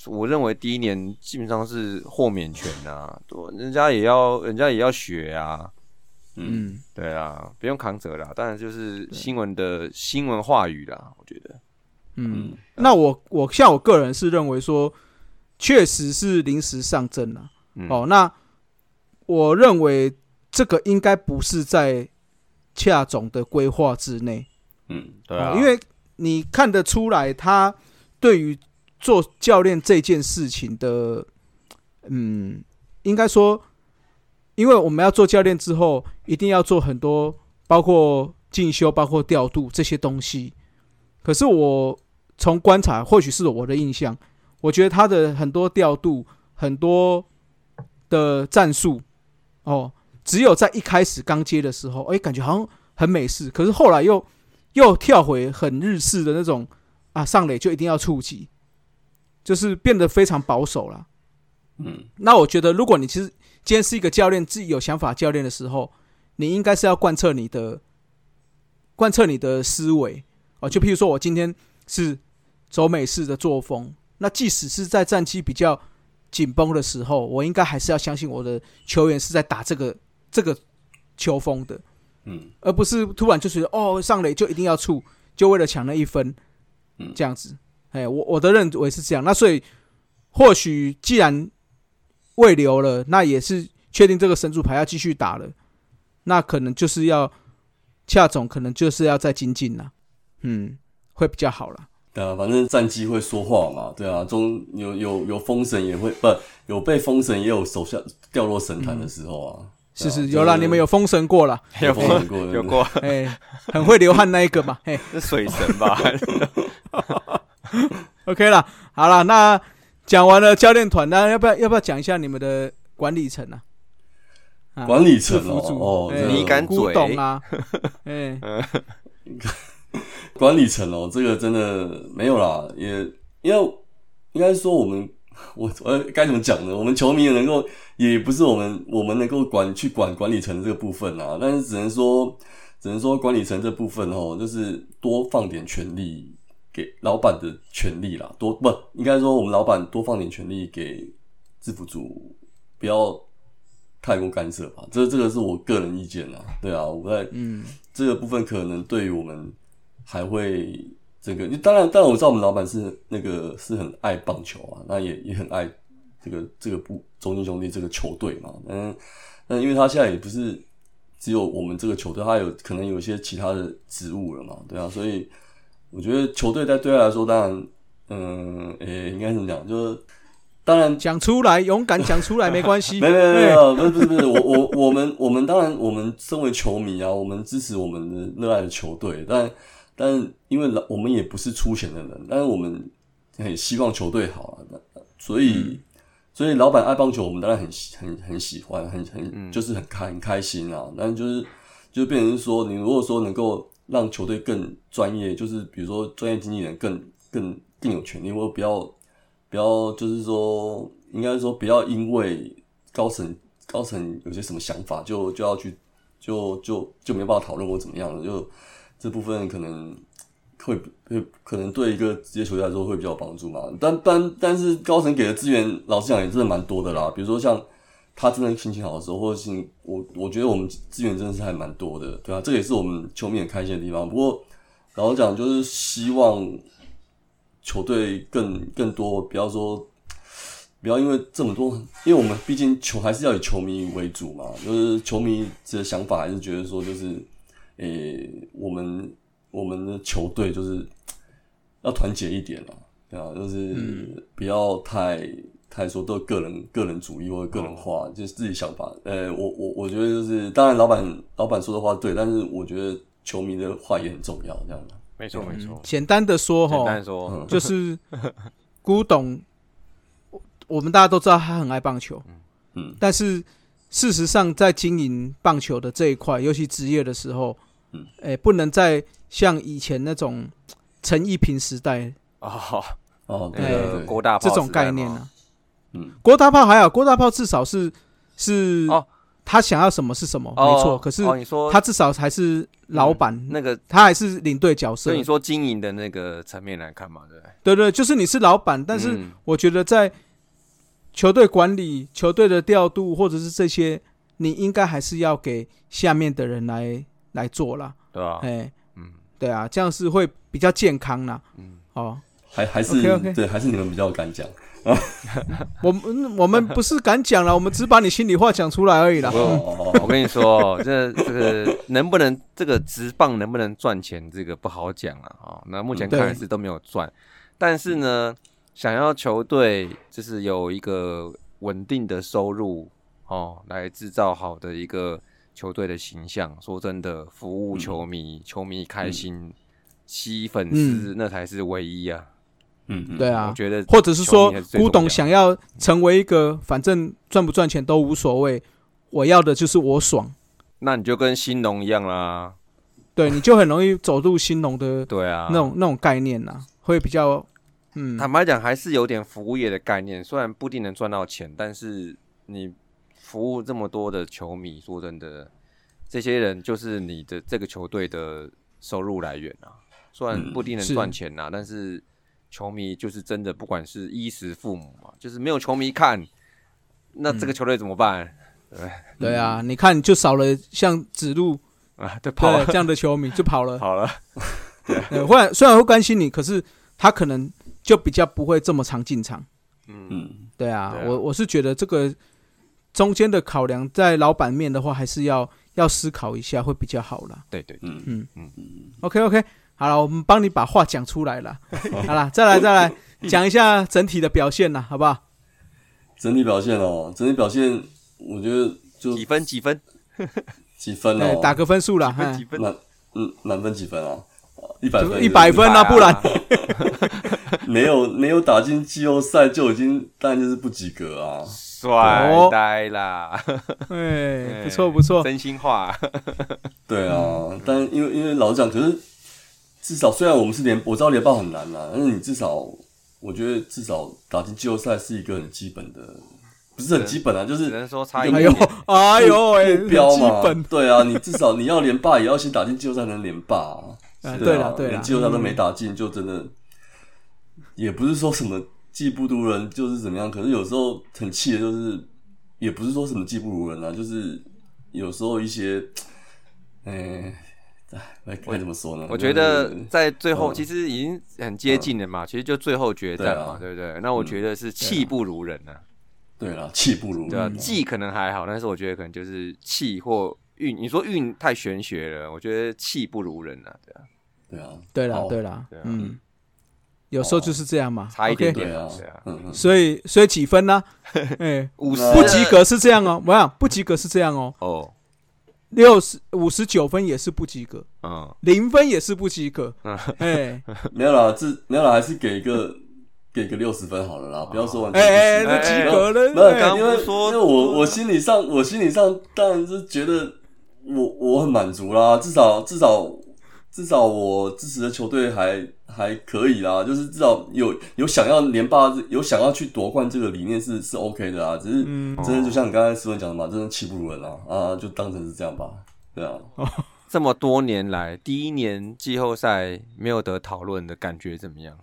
F: 我认为第一年基本上是豁免权啊，对，人家也要人家也要学啊，
E: 嗯，
B: 嗯，
F: 对啊，不用扛责啦。当然就是新闻的新闻话语啦，我觉得，
B: 嗯
E: 嗯，
B: 那我我像我个人是认为说，确实是临时上阵了、
F: 嗯，
B: 哦，那我认为这个应该不是在恰总的规划之内，
E: 嗯，
F: 对啊，
B: 哦因为你看得出来他对于做教练这件事情的，嗯，应该说，因为我们要做教练之后，一定要做很多包括进修、包括调度这些东西。可是我从观察，或许是我的印象，我觉得他的很多调度、很多的战术，哦，只有在一开始刚接的时候，哎，感觉好像很美式，可是后来又又跳回很日式的那种啊，上垒就一定要触及，就是变得非常保守了。
E: 嗯，
B: 那我觉得，如果你其实今天是一个教练，自己有想法的教练的时候，你应该是要贯彻你的贯彻你的思维哦。就譬如说，我今天是走美式的作风，那即使是在战绩比较紧绷的时候，我应该还是要相信我的球员是在打这个这个球风的。
E: 嗯，
B: 而不是突然就觉得哦上垒就一定要出，就为了抢那一分，
E: 嗯
B: 这样子。哎，我我的认为是这样。那所以或许既然未留了，那也是确定这个神主牌要继续打了，那可能就是要恰总可能就是要再精进了，嗯，会比较好了。
E: 对啊，反正战绩会说话嘛，对啊，中有有有封神也会不有被封神，也有手下掉落神坛的时候啊。
B: 是
E: 对啊
B: 是，有了，你们有封神过了，
E: 有封神过，对
F: 嗯有过
B: 哎，很会流汗那一个嘛，嘿，
F: 是水神吧？
B: OK 了，好了，那讲完了教练团，那要不要要不要讲一下你们的管理层啊？啊
E: 管理层
B: 制服组
E: 哦，哦，
B: 哎
E: 这个嗯
F: 你敢
B: 古
F: 嘴
B: 董 啊，哎，
E: 管理层哦，这个真的没有啦，也因为应该说我们 我我该怎么讲呢？我们球迷能够也不是我们我们能够管去管管理层这个部分啊，但是只能说只能说管理层这部分哦，就是多放点权利给老板的权利啦，多不应该说我们老板多放点权利给制服组，不要太过干涉吧。这这个是我个人意见啦，对啊，我在
B: 嗯，
E: 这个部分可能对于我们还会这个，当然，当然我知道我们老板是那个是很爱棒球啊，那也也很爱这个这个部中信兄弟这个球队嘛，嗯，那因为他现在也不是只有我们这个球队，他有可能有一些其他的职务了嘛，对啊，所以我觉得球队在对他来说，当然，嗯，诶、应该怎么讲，就是当然
B: 讲出来，勇敢讲出来，没关系，
E: 没没没没
B: 哎，
E: 有，不是不是不是，我我我们我们当然我们身为球迷啊，我们支持我们的热爱的球队，但但因为老我们也不是出钱的人，但是我们很希望球队好啊，那所以、所以老板爱棒球，我们当然很喜很很喜欢，很很就是很开很开心啊，但就是就变成是说，你如果说能够让球队更专业，就是比如说专业经纪人更更更有权利，或者不要不要就是说，应该说不要因为高层高层有些什么想法，就就要去就就就没办法讨论或怎么样了，就这部分可能会会可能对一个职业球队来说会比较有帮助嘛。但但但是高层给的资源，老实讲也真的蛮多的啦。比如说像他真的心情好的时候，或者是我我觉得我们资源真的是还蛮多的，对啊，这也是我们球迷很开心的地方。不过老实讲，就是希望球队更更多，不要说不要因为这么多，因为我们毕竟球还是要以球迷为主嘛，就是球迷的想法还是觉得说，就是诶、我们我们的球队就是要团结一点啊，对啊，
B: 嗯
E: 就是不要太、太说都个人个人主义或者个人化，就是自己想法。呃，我我我觉得就是，当然老板老板说的话对，但是我觉得球迷的话也很重要，这样的。
F: 没错没错。
B: 简单的说
F: 简
B: 哈
F: 单，说，
E: 嗯，
B: 就是古董，我们大家都知道他很爱棒球，
E: 嗯
B: 但是事实上在经营棒球的这一块，尤其职业的时候，
E: 嗯
B: 哎、不能再像以前那种陈一平时代
F: 哦，
E: 哦，对
F: 那
E: 对
F: 个
E: 对，
F: 郭大炮
B: 这种
F: 时代
B: 概念
F: 嘛
B: 啊。
E: 嗯
B: 郭大炮还好，郭大炮至少是是
F: 哦
B: 他想要什么是什么，
F: 哦，
B: 啊没错。可是
F: 哦你说
B: 他至少还是老板，
F: 那个，
B: 他还是领队角色
F: 所以。你说经营的那个层面来看嘛，对不对？
B: 对对，就是你是老板，但是
F: 嗯
B: 我觉得在球队管理、球队的调度或者是这些，你应该还是要给下面的人来来做啦。
F: 对吧？
B: 哎，
F: 嗯，
B: 对啊，这样是会比较健康啦。
F: 嗯
B: 哦，
E: 还还是
B: OK，OK
E: 对，还是你们比较 敢讲。
B: 我们我们不是敢讲了，我们只把你心里话讲出来而已啦。
F: 我有
E: 哦，
F: 我跟你说，这这个能不能这个直棒能不能赚钱，这个不好讲啊。哦，那目前看来是都没有赚，但是呢，想要球队就是有一个稳定的收入哦，来制造好的一个球队的形象。说真的，服
B: 嗯
F: 务球迷，球迷开心，吸粉丝、那才是唯一啊。
E: 嗯嗯，
B: 嗯对啊
F: 我觉得，
B: 或者是说
F: 球迷还是最
B: 古
F: 重要
B: 董想要成为一个，反正赚不赚钱都无所谓，我要的就是我爽。
F: 那你就跟兴农一样啦，
B: 对，你就很容易走入兴农的
F: 对 啊，
B: 那种那种概念呐，会比较嗯，
F: 坦白讲，还是有点服务业的概念，虽然不一定能赚到钱，但是你服务这么多的球迷，说真的，这些人就是你的这个球队的收入来源啊。虽然
E: 嗯
F: 不一定能
B: 是
F: 赚钱啦、但是球迷就是真的，不管是衣食父母嘛，就是没有球迷看，那
B: 嗯
F: 这个球队怎么办、
B: 对啊，你看就少了像指路
F: 啊？对，跑
B: 对
F: 了，
B: 这样的球迷就跑了。
F: 跑了，
B: 呃，虽然虽然会关心你，可是他可能就比较不会这么常进场。
F: 嗯，
E: 嗯
B: 对啊，
F: 对啊
B: 我我是觉得这个中间的考量，在老板面的话，还是要要思考一下会比较好啦。
F: 对对，
E: 嗯
B: 嗯
F: 嗯
B: ，OK OK，好了，我们帮你把话讲出来 了。好了，再来再来讲一下整体的表现啦，好不好？
E: 整体表现哦，整体表现，我觉得就
F: 几分几分
E: 几分
B: 对
E: 哦，，
B: 哎打个分数啦，
F: 分几分，
E: 满嗯满分几分啊？一百分，
B: 一百
E: 就是
B: 分啊，不然
E: 没有没有打进季后赛就已经，当然就是不及格啊。
F: 帅呆啦，
B: 哎，不错不错，
F: 真心话，
E: 对啊，但因为因为老实讲，可是至少虽然我们是联，我知道联报很难啦、啊但是你至少，我觉得至少打进季后赛是一个很基本的，不是很基本啊，就
F: 只
E: 是
F: 能说差一
E: 哎
B: 哎
F: 点
B: 呦哎呦哎，
E: 目标
B: 基
E: 嘛。
B: 本
E: 对啊，你至少你要连霸也要先打进季后赛能连霸、啊。
B: 啊，
E: 对
B: 对了对嗯
E: 连
B: 了，
E: 季后赛都没打进，就真的也不是说什么技不如人，就是怎么样。可是有时候很气的，就是也不是说什么技不如人啊，就是有时候一些，哎，哎，该怎么说呢？
F: 我觉得
E: 就是
F: 在最后
E: 嗯
F: 其实已经很接近了嘛，其实就最后决战嘛，对
E: 对啊
F: 不对？那我觉得是气不如人啊，
E: 对啦，气不如
F: 对啊吧
E: 人，？啊
F: 技可能还好，但是我觉得可能就是气或运，你说运太玄学了，我觉得气不如人啊，对啊，
E: 对啊，
B: 对啦
E: 好
B: 对啦
F: 对啊，
B: 嗯，有时候就是这样嘛，
F: 差一点
B: OK
F: 点
E: 对啊
F: 对啊，
E: 嗯嗯，
B: 所以所以几分 呢？哎，
F: 五十
B: 不及格是这样
F: 呃
B: 哦，我想不及格是这样哦，
F: 哦，
B: 六十五十九分也是不及格，
F: 嗯，
B: 零分也是不及格，哎
E: 没有啦，这没有啦，还是给一个给个六十分好了啦，不要说完
B: 哎哎，
E: 全
B: 那
F: 哎
B: 及格
E: 没有，
B: 了，哎
F: 刚
E: 因为
F: 不是说
E: 欸因为我我心理上，我心理上当然是觉得我我很满足啦，至少至少至少我支持的球队还还可以啦，就是至少有有想要连霸，有想要去夺冠这个理念是是 OK 的啊，只是
F: 嗯
E: 真的就像你刚才思文讲的嘛，真的气不如人啊啊，就当成是这样吧，对啊，
F: 哦这么多年来第一年季后赛没有得讨论的感觉怎么样？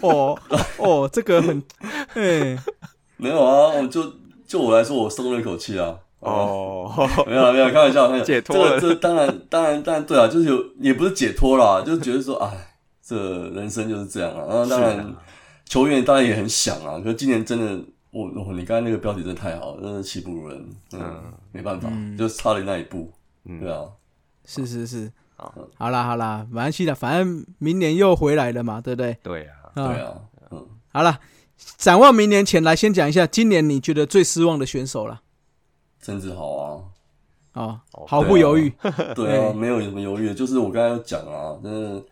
B: 哦哦，这个 很哎，
E: 没有啊，我就就我来说，我松了一口气啊，啊
F: 哦，
E: 没有啦没有，开玩笑，开玩笑
F: 解脱了
E: 这个这当然当然当然对啊，就是有也不是解脱啦， 就是觉得说，哎，这人生就是这样啊。然后当然，球员当然也很想啊，可是今年真的，我我你刚才那个标题真的太好了，真的气不如人，嗯，没办法，就差了那一步，
F: 嗯
E: 对啊，
B: 是是是
F: 好，
B: 好啦好啦，没关系的，反正明年又回来了嘛，对不对？哦
F: 对啊，
E: 对啊，嗯，
B: 好了，展望明年前来，先讲一下今年你觉得最失望的选手了。
E: 郑志豪 啊，
B: 哦
F: 哦，
B: 毫不犹豫，
E: 对
B: 对
E: 啊，没有什么犹豫的，就是我刚才有讲啊，真的，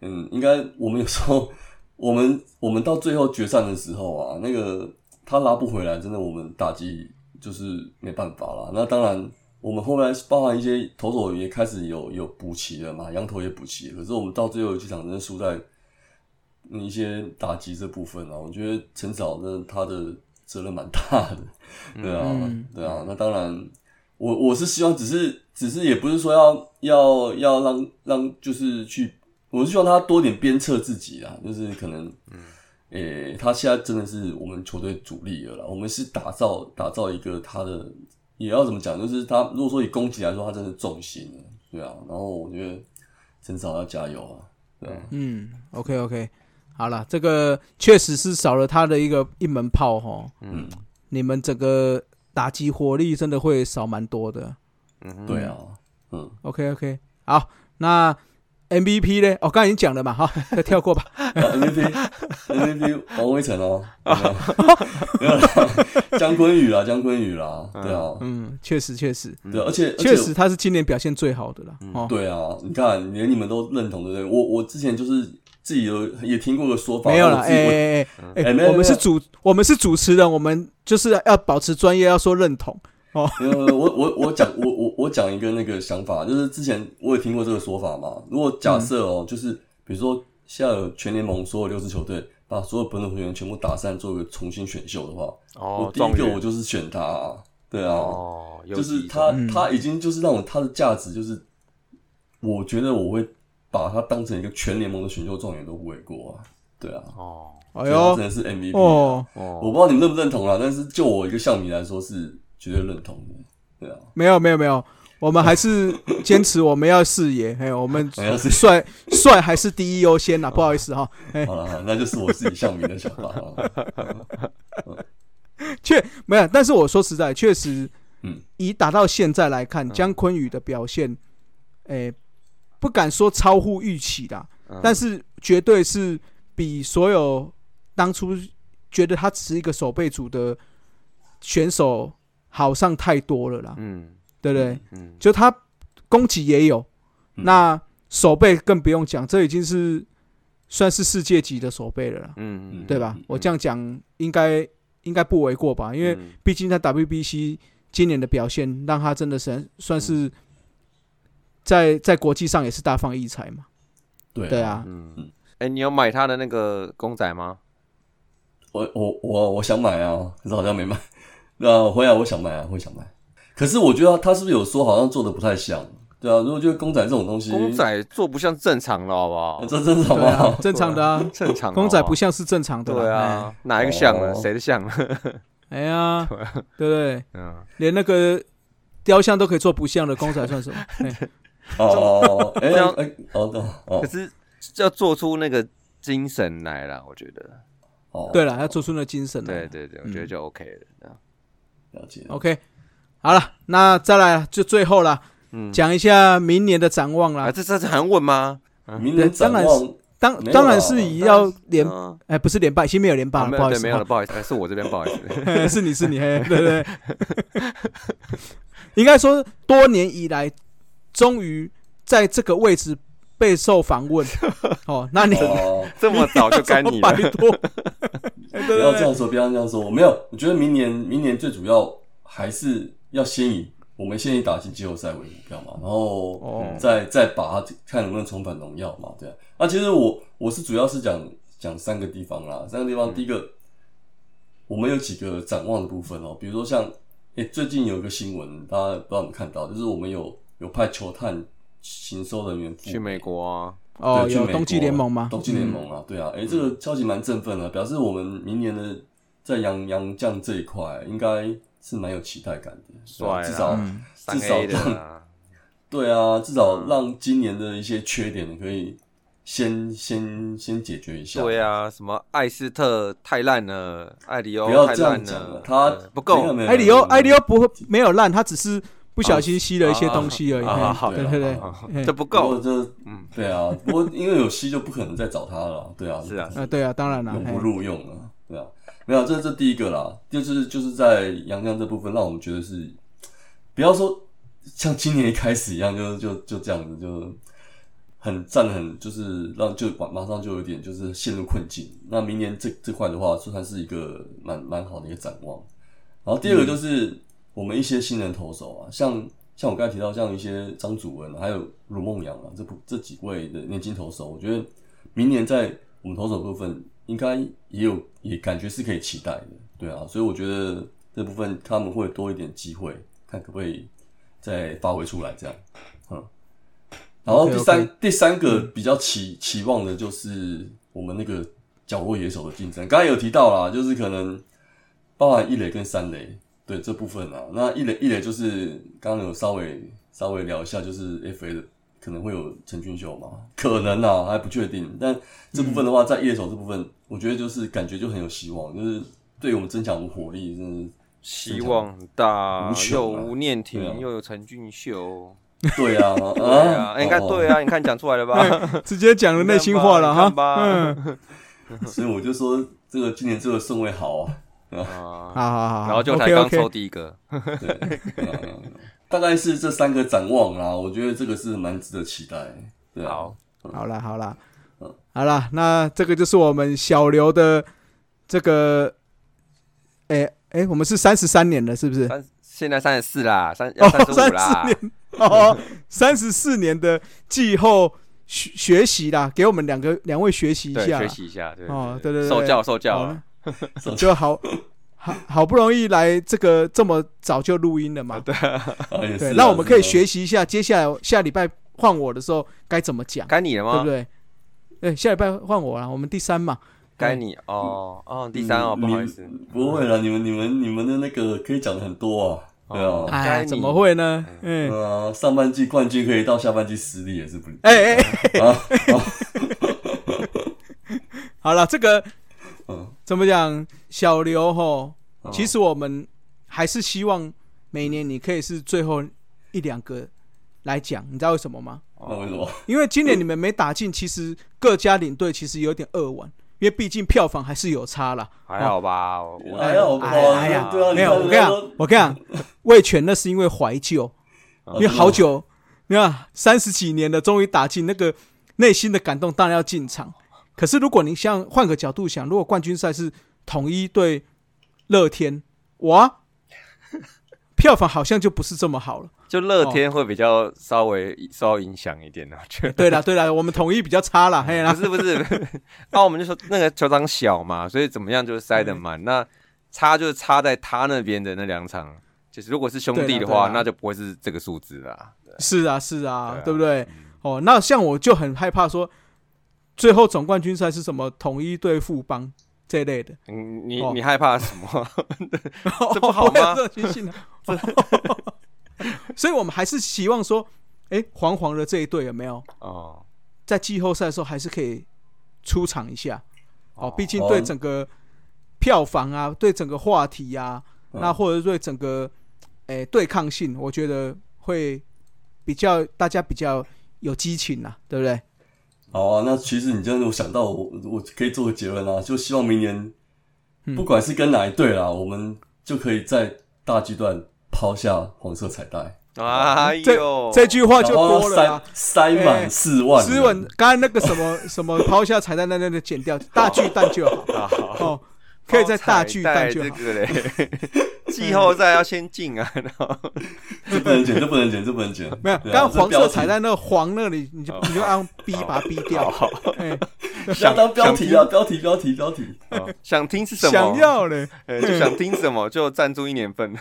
E: 嗯，应该我们有时候， 我们我们到最后决战的时候啊，那个他拉不回来，真的我们打击就是没办法啦。那当然，我们后来包含一些投手也开始有有补齐了嘛，羊头也补齐了，可是我们到最后有几场真的输在嗯一些打击这部分啊，我觉得陈早呢他的责任蛮大的，对啊，
B: 嗯
E: 对啊，那当然。我我是希望，只是只是也不是说要要要让让就是去，我是希望他多点鞭策自己啦，就是可能，嗯，诶、他现在真的是我们球队主力了啦，我们是打造打造一个他的，也要怎么讲，就是他如果说以攻击来说，他真的是重心了，对啊，然后我觉得陈少要加油啊，对啊，
B: 嗯，OK OK，好了，这个确实是少了他的一个一门炮哈，
E: 嗯，
B: 你们整个打击火力真的会少蛮多的。
E: 对啊，嗯，
B: OK OK，好，那 MVP 呢？我、哦刚才已经讲了嘛，哈，再跳过吧。
E: 啊 MVP MVP 王威成哦，有 没有没有啦江坤宇啦，江坤宇啦，对啊，
B: 嗯，确实确实，
E: 对啊，而且
B: 确实，他是今年表现最好的了。哦
E: 而且，对啊，你看连你们都认同对不对？我我之前就是自己有也听过个说 法，
B: 没有了，
E: 我自己我
B: 哎哎哎
E: 哎没
B: 哎，
E: 有
B: 我们
E: 没
B: 是
E: 有
B: 主我们是主持人，我们就是要保持专业，要说认同。
E: 没有，我我我讲我我我讲一个那个想法，就是之前我也听过这个说法嘛。如果假设哦，就是比如说现在有全联盟所有六支球队把所有本土球员全部打散，做一个重新选秀的话，
F: 哦
E: 我，第一
F: 状
E: 个
F: 元
E: 我就是选他、啊，对啊，
F: 哦，又
E: 就是
F: 一
E: 他
F: 种
E: 他已经就是让我他的价值就是，我觉得我会把他当成一个全联盟的选秀状元都不为过啊，对啊，
F: 哦
B: 哎
E: 对啊
B: 呦
E: 真，的是 MVP 啊、
B: 哦，
E: 我
F: 哦，
E: 不知道你们认不认同啦，但是就我一个校迷来说是绝对认同的，对啊。
B: 没有没有没有，我们还是坚持我们要视野，哎，我 们
E: 我要视野
B: 帅帅还是第一优先呐，不好意思哈，
E: 好了，好了那就是我自己校迷的想法 了。嗯
B: 确没有，但是我说实在，确实，
E: 嗯，
B: 以打到现在来
F: 嗯
B: 看，姜昆宇的表现，哎，不敢说超乎预期啦，
F: 嗯
B: 但是绝对是比所有当初觉得他只是一个守备组的选手好上太多了啦，
F: 嗯
B: 对不对？
F: 嗯，
B: 就他攻击也有，
E: 嗯
B: 那手背更不用讲，这已经是算是世界级的手背了啦，
F: 嗯，
B: 对吧
E: 嗯？
B: 我这样讲应该应该不为过吧？因为
F: 嗯
B: 毕竟在 WBC 今年的表现，让他真的是算
F: 嗯
B: 是在在国际上也是大放异彩嘛。
E: 对
B: 对，啊，
F: 嗯，哎，你有买他的那个公仔吗？
E: 我我我我想买啊，可是好像没买。那回来我想买啊，会想买。可是我觉得他是不是有说好像做的不太像？对啊，如果觉得公仔这种东西，
F: 公仔做不像正常了，好不好？
E: 这真的好
B: 对
E: 不好
B: 啊，？正常的啊，
F: 正常
B: 公仔
F: 好好
B: 不像是正常的啦。
F: 对啊，哪一个像了？
E: 哦
F: 谁的像了？
B: 哎，哎呀，对不对？
F: 嗯，
B: 连那个雕像都可以做不像的公仔算 什么？哎
E: 哦哦，哦 哎
F: 这样
E: 哎哦哦哦
F: 可是要做出那个精神来了，我觉得，
E: 哦，
B: 对了，要做出那精神来。
F: 对对对，我觉得就 OK 了这样。
E: 了解。
B: OK，好了，那再来就最后了，
F: 嗯
B: 讲一下明年的展望啦。
F: 啊，这这是韩文吗？
E: 明年展
B: 当然
E: 望
B: 是当
E: 没有啊
B: 当然是以要联，哎、
F: 啊
B: 不是联办，新没有联办
F: 啊
B: 了，
F: 没
B: 不
F: 有
B: 好意
F: 对
B: 思，
F: 没有了，不好意思，哎是我这边不好意思。
B: 哦 是你是你，嘿对对对， 应该说多年以来，终于在这个位置备受访 问。哦，那你
E: 哦，
F: 这么早就该你了
B: 摆。 脱，哎对
E: 不
B: 对
E: 要这
B: 对，
E: 样说，不要这样说。我没有，我觉得明年明年最主要还是要先以我们先以打进季后赛为目标嘛，然后、
B: 哦
E: 再再把它看能不能重返荣耀嘛，对啊。那、其实我我是主要是讲讲三个地方啦，三个地
F: 嗯
E: 方，第一个我们有几个展望的部分哦，比如说像诶、最近有一个新闻，大家不知道有没有看到，就是我们有有派球探行搜人员赴
F: 去美国啊，
B: 哦，
E: 对去
B: 有
E: 美
B: 冬季
E: 国
B: 联盟吗？嗯
E: 冬季联盟啊，对啊，哎，这个消息蛮振奋的，表示我们明年的在洋洋将这一块应该是蛮有期待感的，对
F: 帅
E: 吧
F: 啊
E: 至少
B: 嗯
F: 三
E: 至少
F: A 的啊，
E: 对啊，至
F: 嗯
E: 少让今年的一些缺点可以先先先解决一下。
F: 对啊，什么艾斯特太烂了，艾里欧
E: 不要
F: 太
E: 这样
F: 烂
E: 讲了啊
F: 了，
E: 他
F: 呃不
E: 没有
F: 够
E: 没有
B: 哎艾里欧，
E: 没有
B: 艾里欧不会没有烂，他只是不小心吸了一些东西而已。
F: 啊
B: 嘿
F: 啊
E: 好
B: 对
E: 的
B: 对对
E: 好，
B: 嘿
F: 这不
E: 不
F: 够
E: 过，这，
F: 嗯
E: 对啊，不过因为有吸就不可能再找他了啦，对啊，
F: 是啊
B: 啊，对啊，当然了，
E: 永
B: 嘿
E: 不录用了，对啊，没有，这这第一个啦，就是就是在杨绛这部分，让我们觉得是不要说像今年一开始一样，就就就这样子，就很站得很就是让就马马上就有点就是陷入困境。那明年这这块的话，算是一个蛮蛮好的一个展望。然后第
B: 嗯
E: 二个就是我们一些新人投手啊，像像我刚才提到，像一些张祖文、啊还有卢梦阳啊，这不这几位的年轻投手，我觉得明年在我们投手部分应该也有也感觉是可以期待的，对啊，所以我觉得这部分他们会多一点机会，看可不可以再发挥出来这样，嗯。然后第三
B: OK，OK
E: 第三个比较期期望的就是我们那个角落野手的竞争，刚才有提到啦，就是可能包含一垒跟三垒，对这部分啊，那一垒一垒就是刚刚有稍微稍微聊一下，就是 FA 的可能会有陈俊秀嘛，可能啊还不确定，但这部分
B: 嗯
E: 的话，在一垒手这部分，我觉得就是感觉就很有希望，就是对我们增强我们火力，真
F: 希望很大
E: 无，穷
F: 又
E: 啊
F: 吴念婷
E: 对啊，
F: 又有陈俊秀，
E: 的是对 啊，
F: 对啊，哎应该
E: 哦
F: 对啊，你看讲出来 了吧？
B: 直接讲了内心话了
F: 你看吧
B: 哈。嗯，
E: 哦所以我就说这个今年这个顺位好啊，
F: 啊，
B: 好好好，
F: 然后就才
B: OK
F: 刚
B: OK，
F: 抽第一个，
E: 对， 嗯大概是这三个展望啦，我觉得这个是蛮值得期待，对啊，
F: 好，
B: 好啦好啦
E: 嗯，
B: 好啦，那这个就是我们小刘的这个，哎、哎、我们是三十三年了，是不是？
F: 三现在三十四啦，三
B: 哦
F: 要三十五啦，
B: 哦， 三十四年的季后学学习啦，给我们两个两位学习一
F: 对，
B: 下啦
F: 学，习一下，对
B: 哦对对对
F: 受教受教啊，
B: 好就好。好好不容易来这个这么早就录音了嘛，对
E: 啊也是啊
B: 那我们可以
E: 是啊
B: 学习一下，接下来下礼拜换我的时候该怎么讲，
F: 该你了
B: 对不
F: 吗？
B: 对？对，下礼拜换我啦，我们第三嘛，
F: 该你哦哦，第三哦，
E: 嗯
F: 不好意思，
E: 不会啦，你们你们你们的那个可以讲的很多啊，对
F: 哦
E: 啊，
B: 哎
F: 该
B: 呀，
F: 你
B: 怎么会呢？嗯，
E: 呃，上半季冠军可以到下半季失利也是 不，
B: 哎哎哎，
E: 啊，
B: 好了，这个
E: 嗯
B: 怎么讲？小刘吼，
E: 哦
B: 其实我们还是希望每年你可以是最后一两个来讲，你知道为什么吗？
E: 那为什么？
B: 因为今年你们没打进，其实各家领队其实有点扼腕，因为毕竟票房还是有差啦。
F: 还好吧？我我
E: 哎呀，我
B: 哎呀哎呀
E: 对啊，
B: 没有，我跟你讲，我跟你讲，魏权那是因为怀旧，因为
F: 哦
B: 好久，你看三十几年的，终于打进那个内心的感动，当然要进场。可是如果你像换个角度想，如果冠军赛是统一对乐天，哇， 票房好像就不是这么好了。
F: 就
B: 哦
F: 乐天会比较稍微稍微影响一点啊呢，我觉得。
B: 对啦对啦，我们统一比较差啦，嘿啦
F: 不，是不是，那我们就说那个球场小嘛，所以怎么样就是塞
B: 嗯
F: 得满。那差就是差在他那边的那两场，就是如果是兄弟的
B: 对啦对
F: 话
B: 啦，
F: 那就不会是这个数字啦。
B: 是啊是啊，
F: 对啊
B: 对不对？哦，那像我就很害怕说，最后总冠军赛是什么统一对富邦这一类的，
F: 你嗯你
B: 哦
F: 你害怕什么？
B: 这
F: 不好吗
B: 哦这军训啊， 所以我们还是希望说，哎，黄黄的这一队有没有
F: 哦，
B: 在季后赛的时候还是可以出场一下？哦，毕竟
E: 哦
B: 对整个票房
F: 哦
B: 啊，对整个话题啊，
F: 嗯
B: 那或者是对整个诶对抗性，我觉得会比较大家比较有激情呐、对不对？
E: 好啊，那其实你这样，我想到我我可以做个结论啦、就希望明年
B: 嗯
E: 不管是跟哪一队啦，我们就可以在大阶段抛下黄色彩带，
F: 哎
B: 这
F: 呦，
B: 哦
F: 哦
B: 这句话就
E: 然后
B: 多了啦。
E: 塞塞
B: 哎
E: 满四万人，
B: 斯文，刚才那个什么 什么抛下彩蛋那那那剪掉，大巨蛋就好。
F: 啊好
B: 哦，可以在大巨蛋就
F: 这
B: 好。
F: 个嘞， 季后赛要先进啊，然后
E: 这不能剪，这不能剪，这不能剪，
B: 没有，
E: 对
B: 刚
E: 啊
B: 刚黄色彩，
E: 这标
B: 蛋那个黄那里，你就
F: 哦
B: 你就按 B 把它 B 掉。 哎
E: 题不要当标题啊，标题标题标题，
F: 哦想听是什么？
B: 想要嘞？
F: 呃就想听什么就赞助一年份，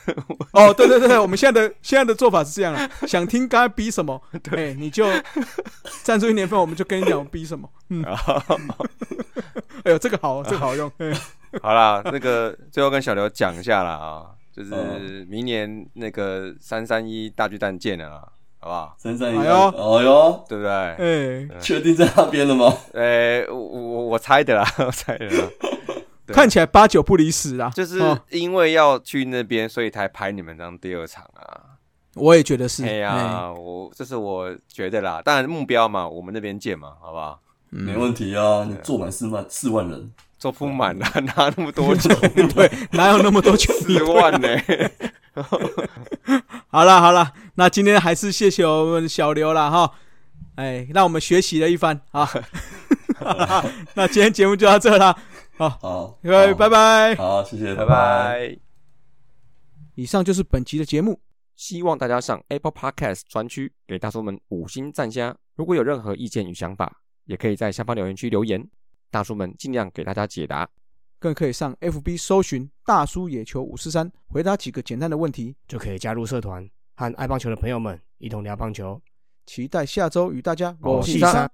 B: 哦，对对对，我们现在的现在的做法是这样啊，想听刚才 B 什么，哎，你就赞助一年份，我们就跟你讲 B 什么。嗯， 哎呦，这个好，这个好用。哎
F: 好啦，那个最后跟小刘讲一下啦啊，就是明年那个三三一大巨蛋见了啦，好不好？
E: 三三一，
B: 哎
E: 哎
B: 呦
E: 呦，
F: 对不对？
B: 哎，
E: 确定在那边了吗？
F: 呃、我我我猜的啦， 我猜的啦，
B: 哎
F: 对
B: 看起来八九不离十啦。
F: 就是
B: 哦
F: 因为要去那边，所以才拍你们当第二场啊。
B: 我也觉得是。
F: 哎
B: 哎
F: 呀，我这是我觉得啦，当然目标嘛，我们那边见嘛，好不好？
B: 嗯
E: 没问题啊，你坐满四万四万人，
F: 做不满啦， 拿那么多球，
B: 对，哪有那么多球迷
F: 四万呢、
B: 好了好了，那今天还是谢谢我们小刘了哈，哎，让我们学习了一番啊。 那今天节目就到这了，
E: 好，
B: 各位拜拜。
E: 好，谢谢，
F: 拜
E: 拜。
F: 拜。
B: 以上就是本集的节目，
A: 希望大家上 Apple Podcast 专区给大叔们五星赞加。如果有任何意见与想法，也可以在下方留言区留言，大叔们尽量给大家解答。
B: 更可以上 FB 搜寻“大叔野球五四三”，回答几个简单的问题。
G: 就可以加入社团，和爱棒球的朋友们一同聊棒球。
B: 期待下周与大家
A: 我是
G: 三，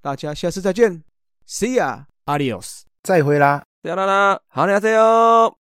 B: 大家下次再见，See ya。
G: Adios。
D: 再会啦。
A: 啦啦啦，好，你好，加油！